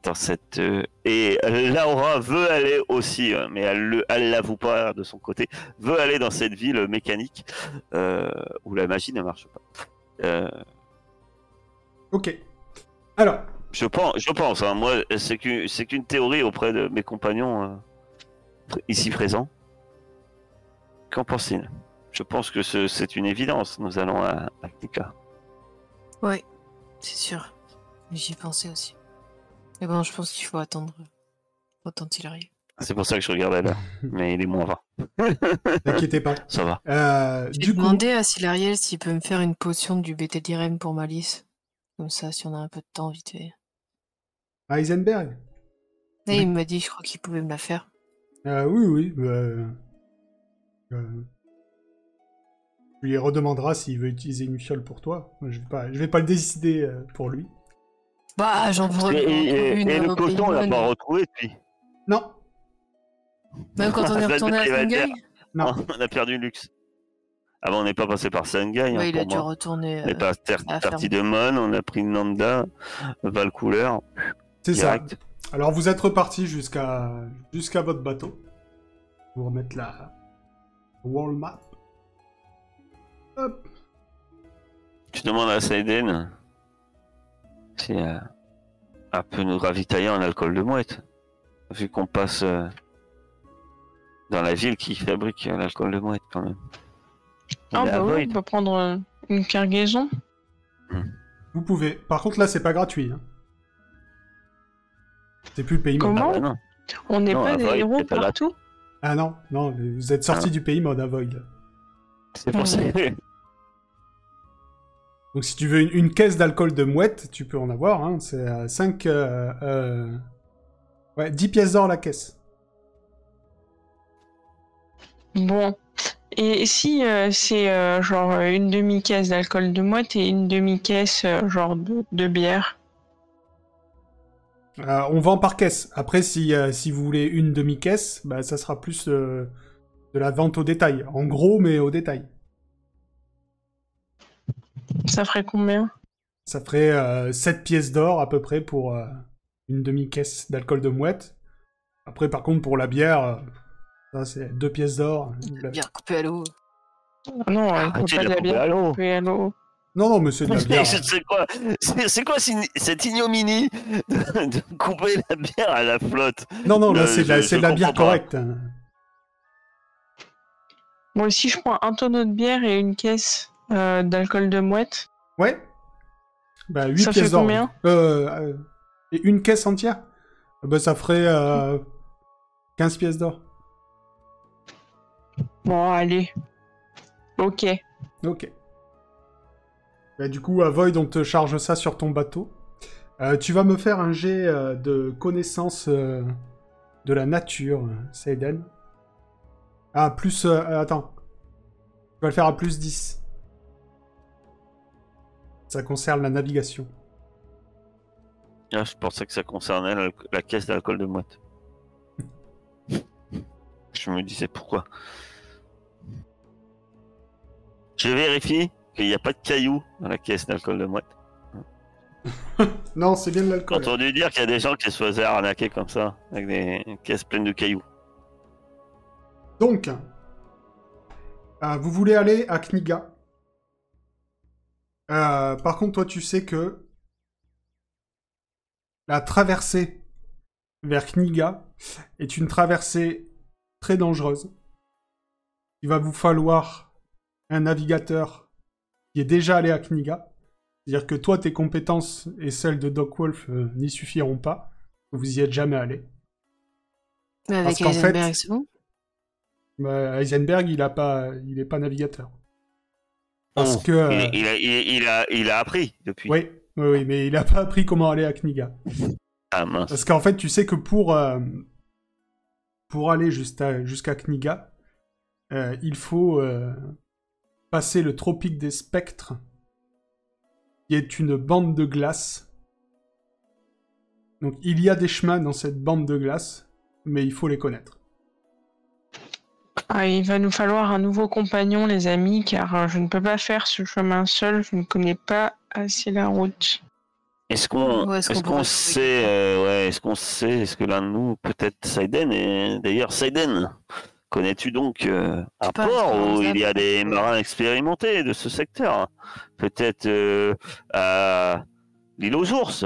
Speaker 3: dans cette. euh, Et Laura veut aller aussi, hein, mais elle le- elle l'avoue pas de son côté, veut aller dans cette ville mécanique euh, où la magie ne marche pas. Euh,
Speaker 1: Ok. Alors,
Speaker 3: je pense, je pense. hein, moi, c'est qu'une c'est qu'une théorie auprès de mes compagnons euh, pr- ici présents. Qu'en pensent-ils Je pense que ce- c'est une évidence. Nous allons à Actica.
Speaker 2: Ouais, c'est sûr. Mais J'y pensais aussi. Mais bon, je pense qu'il faut attendre euh, autant il arrive.
Speaker 3: C'est pour ça que je regardais là. Mais il est moins 20.
Speaker 1: n'inquiétez pas.
Speaker 3: Ça va.
Speaker 1: Euh,
Speaker 2: J'ai
Speaker 3: Mmh.
Speaker 1: du coup,
Speaker 2: demandé à Silariel s'il peut me faire une potion du BT-Direm pour Malice. Comme ça, si on a un peu de temps, vite fait.
Speaker 1: Heisenberg
Speaker 2: Et
Speaker 1: Oui.
Speaker 2: il m'a dit, je crois qu'il pouvait me la faire.
Speaker 1: Euh, oui, oui. euh, euh, tu lui redemanderas s'il veut utiliser une fiole pour toi. Moi, Je vais pas, je vais pas le décider euh, pour lui.
Speaker 2: Bah, j'en
Speaker 3: Et,
Speaker 2: pourrais
Speaker 3: et- et-
Speaker 2: une
Speaker 3: et le
Speaker 2: au
Speaker 3: coton, on l'a
Speaker 2: Pokémon.
Speaker 3: pas retrouvé hein. depuis.
Speaker 1: Non,
Speaker 2: Même quand on est
Speaker 3: Ça,
Speaker 2: retourné à
Speaker 3: il va le
Speaker 2: Shanghai
Speaker 1: Non.
Speaker 3: on a perdu luxe. Ah bon, on n'est pas passé par Sengai. hein,
Speaker 2: Ouais, il a
Speaker 3: pour
Speaker 2: dû
Speaker 3: moi.
Speaker 2: retourner.
Speaker 3: On n'est
Speaker 2: euh,
Speaker 3: pas ter-
Speaker 2: à la
Speaker 3: parti de Mon, on a pris Nanda, Valcouleur,
Speaker 1: c'est ça.
Speaker 3: direct.
Speaker 1: Alors vous êtes reparti jusqu'à jusqu'à votre bateau. Vous remettre la wall map. Hop.
Speaker 3: Je demande à Saiden si euh, elle peut nous ravitailler en alcool de mouette. Vu qu'on passe euh, dans la ville qui fabrique euh, l'alcool de mouette quand même.
Speaker 4: Ah
Speaker 3: On est à
Speaker 4: bah oui,
Speaker 3: Void.
Speaker 4: on peut prendre euh, une cargaison.
Speaker 1: Vous pouvez. Par contre là, c'est pas gratuit. hein. C'est plus le pays mode.
Speaker 4: Comment
Speaker 3: Ah bah non.
Speaker 4: On n'est
Speaker 3: Non, à
Speaker 4: pas des
Speaker 3: Void,
Speaker 4: héros
Speaker 3: c'est pas grave.
Speaker 4: partout.
Speaker 1: Ah non, non, vous êtes sorti du pays mode à Void.
Speaker 3: C'est pour ça. que-
Speaker 1: Donc si tu veux une, une caisse d'alcool de mouette, tu peux en avoir. Hein. C'est 5... euh, Ouais, 10 pièces d'or la caisse.
Speaker 4: Bon. Et si euh, c'est euh, genre euh, une demi-caisse d'alcool de moite et une demi-caisse euh, genre de, de bière
Speaker 1: Euh, on vend par caisse. Après, si, euh, si vous voulez une demi-caisse, bah, ça sera plus euh, de la vente au détail. En gros, mais au détail.
Speaker 4: Ça ferait combien
Speaker 1: Ça ferait 7 pièces d'or à peu près pour euh, une demi-caisse d'alcool de mouette. Après, par contre, pour la bière, euh, ça c'est 2 pièces d'or. La-
Speaker 2: Bien coupé à l'eau.
Speaker 4: Ah Non, euh, faut
Speaker 3: Arrêtez
Speaker 4: pas de
Speaker 3: de
Speaker 4: la
Speaker 3: couper
Speaker 4: bière
Speaker 3: à l'eau.
Speaker 4: coupée à l'eau.
Speaker 1: Non, non, mais c'est de la bière.
Speaker 3: C'est quoi, c'est- c'est quoi cette- cette ignominie de, de couper la bière à la flotte
Speaker 1: Non, non, là
Speaker 3: Euh,
Speaker 1: c'est de la,
Speaker 3: je-
Speaker 1: c'est
Speaker 3: je
Speaker 1: de la bière
Speaker 3: comprends pas.
Speaker 1: correcte. hein.
Speaker 4: Bon, si je prends un tonneau de bière et une caisse euh, d'alcool de mouette,
Speaker 1: Ouais. Bah, 8
Speaker 4: Ça fait
Speaker 1: pièces d'or.
Speaker 4: combien
Speaker 1: euh, euh, Et une caisse entière Bah, ça ferait euh, 15 pièces d'or.
Speaker 4: bon, allez. Ok.
Speaker 1: Ok. Bah, du coup, à Void, on te charge ça sur ton bateau. Euh, tu vas me faire un jet euh, de connaissance euh, de la nature, euh, Seiden. Ah, plus. euh, euh, attends. Tu vas le faire à plus 10. Ça concerne la navigation.
Speaker 3: Ah, Je pensais que ça concernait la, la caisse d'alcool de mouette. Je me disais pourquoi. Je vérifie qu'il n'y a pas de cailloux dans la caisse d'alcool de mouette.
Speaker 1: Non, c'est bien de
Speaker 3: J'ai
Speaker 1: l'alcool.
Speaker 3: entendu dire qu'il y a des gens qui se faisaient arnaquer comme ça, avec des caisses pleines de cailloux.
Speaker 1: Donc, euh, vous voulez aller à Kniga. Euh, par contre, toi, tu sais que la traversée vers Kniga est une traversée très dangereuse. Il va vous falloir un navigateur qui est déjà allé à Kniga. C'est-à-dire que toi, tes compétences et celles de Doc Wolf euh, n'y suffiront pas. Vous y êtes jamais allé.
Speaker 2: Mais
Speaker 1: Parce
Speaker 2: avec
Speaker 1: qu'en fait-
Speaker 2: Heisenberg, c'est bon.
Speaker 1: Bah, Heisenberg, il a pas, il est pas navigateur. Parce
Speaker 3: Oh,
Speaker 1: que,
Speaker 3: Il,
Speaker 1: euh,
Speaker 3: il a, il- il a, il a appris depuis.
Speaker 1: oui, oui, oui, mais il a pas appris comment aller à Kniga.
Speaker 3: Ah mince.
Speaker 1: Parce qu'en fait, tu sais que pour, euh, pour aller jusqu'à jusqu'à Kniga, euh, il faut euh, passer le tropique des spectres, qui est une bande de glace. Donc il y a des chemins dans cette bande de glace, mais il faut les connaître.
Speaker 4: Ah, il va nous falloir un nouveau compagnon, les amis, car euh, je ne peux pas faire ce chemin seul. Je ne connais pas assez la route.
Speaker 3: Est-ce qu'on
Speaker 2: Ouais,
Speaker 3: est-ce
Speaker 2: est-ce qu'on
Speaker 3: qu'on
Speaker 2: pourrait
Speaker 3: sait, euh, ouais, est-ce qu'on sait, est-ce que l'un de nous, peut-être Saiden, et d'ailleurs Saiden, connais-tu donc euh, un
Speaker 2: Je parle
Speaker 3: port
Speaker 2: de
Speaker 3: où
Speaker 2: Ramzan.
Speaker 3: il y a des marins expérimentés de ce secteur Peut-être euh, à l'île aux ours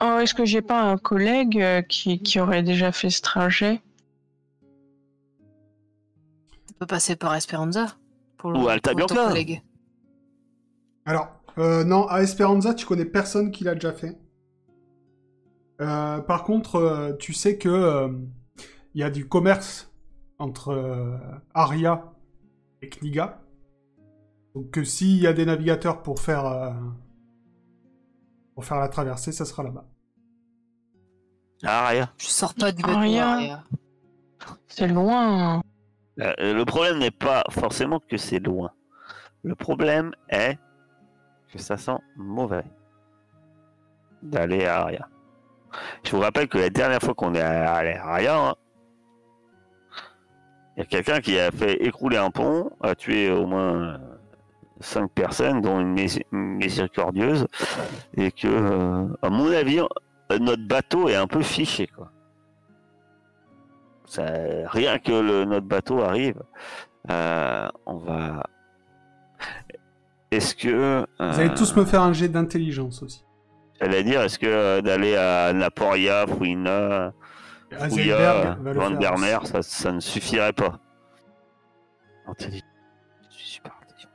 Speaker 4: Oh, est-ce que j'ai pas un collègue euh, qui, qui aurait déjà fait ce trajet
Speaker 2: On peut passer par Esperanza. Pour
Speaker 3: Ou Alta
Speaker 2: pour ton
Speaker 3: Bianca.
Speaker 2: collègue.
Speaker 1: Alors, euh, non, à Esperanza, tu connais personne qui l'a déjà fait. Euh, par contre, euh, tu sais que euh, il y a du commerce entre euh, Aria et Kniga. Donc que s'il y a des navigateurs pour faire euh, pour faire la traversée, ça sera là-bas.
Speaker 3: Ah, rien.
Speaker 2: Je sors pas du
Speaker 4: Ah,
Speaker 2: bateau. hein,
Speaker 4: rien.
Speaker 2: Aria.
Speaker 4: C'est hein. loin.
Speaker 3: Euh, Le problème n'est pas forcément que c'est loin. Le problème est que ça sent mauvais d'aller à Aria. Je vous rappelle que la dernière fois qu'on est allé à Aria, hein, il y a quelqu'un qui a fait écrouler un pont, a tué au moins 5 personnes, dont une mé- une miséricordieuse, et que, euh, à mon avis, euh, notre bateau est un peu fiché. Quoi. Ça, rien que le- notre bateau arrive, euh, on va. Est-ce que.
Speaker 1: Vous
Speaker 3: euh,
Speaker 1: allez tous me faire un jet d'intelligence aussi.
Speaker 3: J'allais dire, est-ce que euh, d'aller à Naporia, Fouina, Fouilla,
Speaker 1: Heisenberg va le faire aussi.
Speaker 3: Vandermeer, ça, ça ne suffirait pas Intelligent. Je suis super intelligent.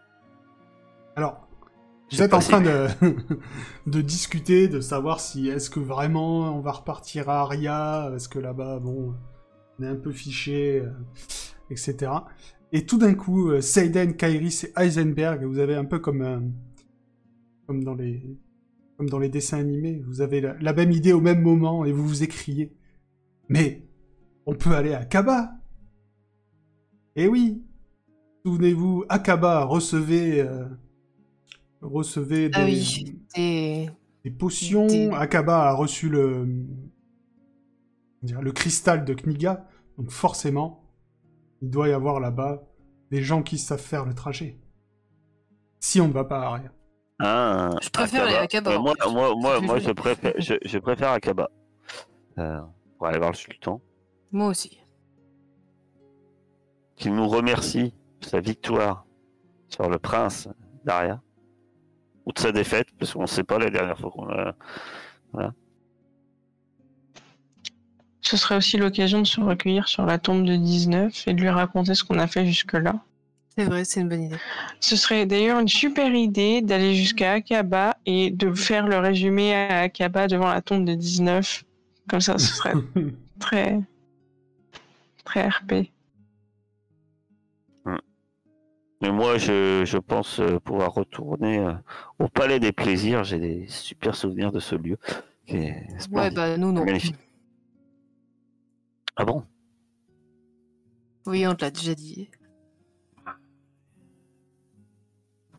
Speaker 1: Alors,
Speaker 3: Je
Speaker 1: Vous
Speaker 3: sais
Speaker 1: êtes
Speaker 3: pas
Speaker 1: en
Speaker 3: si-
Speaker 1: train de, de discuter, de savoir si est-ce que vraiment on va repartir à Aria, est-ce que là-bas, bon, on est un peu fiché, euh, etc. Et tout d'un coup, euh, Seiden, Kairis et Heisenberg, vous avez un peu comme, euh, comme, dans, les, comme dans les dessins animés, vous avez la, la même idée au même moment et vous vous écriez. Mais on peut aller à Kaba Eh oui Souvenez-vous, Akaba recevait, euh, recevait des,
Speaker 2: Ah oui. Et
Speaker 1: des potions.
Speaker 2: Des-
Speaker 1: Akaba a reçu le, comment dire, le cristal de Kniga. Donc forcément, il doit y avoir là-bas des gens qui savent faire le trajet. Si on ne va pas à rien.
Speaker 3: Ah,
Speaker 2: Je préfère
Speaker 3: Akaba.
Speaker 2: les Akaba,
Speaker 3: Ouais,
Speaker 2: en
Speaker 3: Bah, moi,
Speaker 2: fait.
Speaker 3: moi, moi,
Speaker 2: plus
Speaker 3: moi,
Speaker 2: joli.
Speaker 3: je préfère, je, je préfère Akaba. Euh, pour aller voir le sultan,
Speaker 2: moi aussi.
Speaker 3: qu'il nous remercie de sa victoire sur le prince d'Aria, ou de sa défaite, parce qu'on ne sait pas la dernière fois qu'on a.
Speaker 4: Ce serait aussi l'occasion de se recueillir sur la tombe de 19 et de lui raconter ce qu'on a fait jusque-là.
Speaker 2: C'est vrai, c'est une bonne idée.
Speaker 4: Ce serait d'ailleurs une super idée d'aller jusqu'à Akaba et de faire le résumé à Akaba devant la tombe de 19. Comme ça, ce serait très, très RP.
Speaker 3: Mais moi, je, je pense euh, pouvoir retourner euh, au Palais des Plaisirs. J'ai des super souvenirs de ce lieu. qui est
Speaker 2: Ouais,
Speaker 3: splendide.
Speaker 2: bah nous non.
Speaker 3: Magnifique. Ah bon
Speaker 2: Oui, on te l'a déjà dit.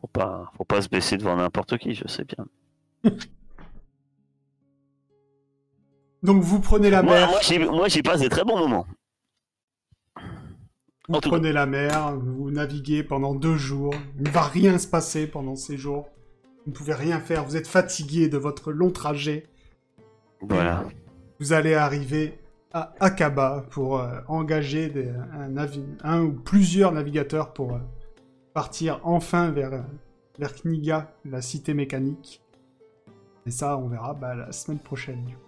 Speaker 3: faut pas, faut pas se baisser devant n'importe qui, je sais bien.
Speaker 1: Donc vous prenez la
Speaker 3: moi,
Speaker 1: mer,
Speaker 3: moi, j'y- moi, j'y passe des très bons moments.
Speaker 1: vous
Speaker 3: en tout
Speaker 1: prenez la mer, vous naviguez pendant deux jours. Il ne va rien se passer pendant ces jours. Vous ne pouvez rien faire. Vous êtes fatigué de votre long trajet.
Speaker 3: Voilà.
Speaker 1: vous allez arriver à Akaba pour euh, engager des- un, navi- un ou plusieurs navigateurs pour euh, partir enfin vers, euh, vers Kniga, la cité mécanique. Et ça, on verra bah, la semaine prochaine. du coup.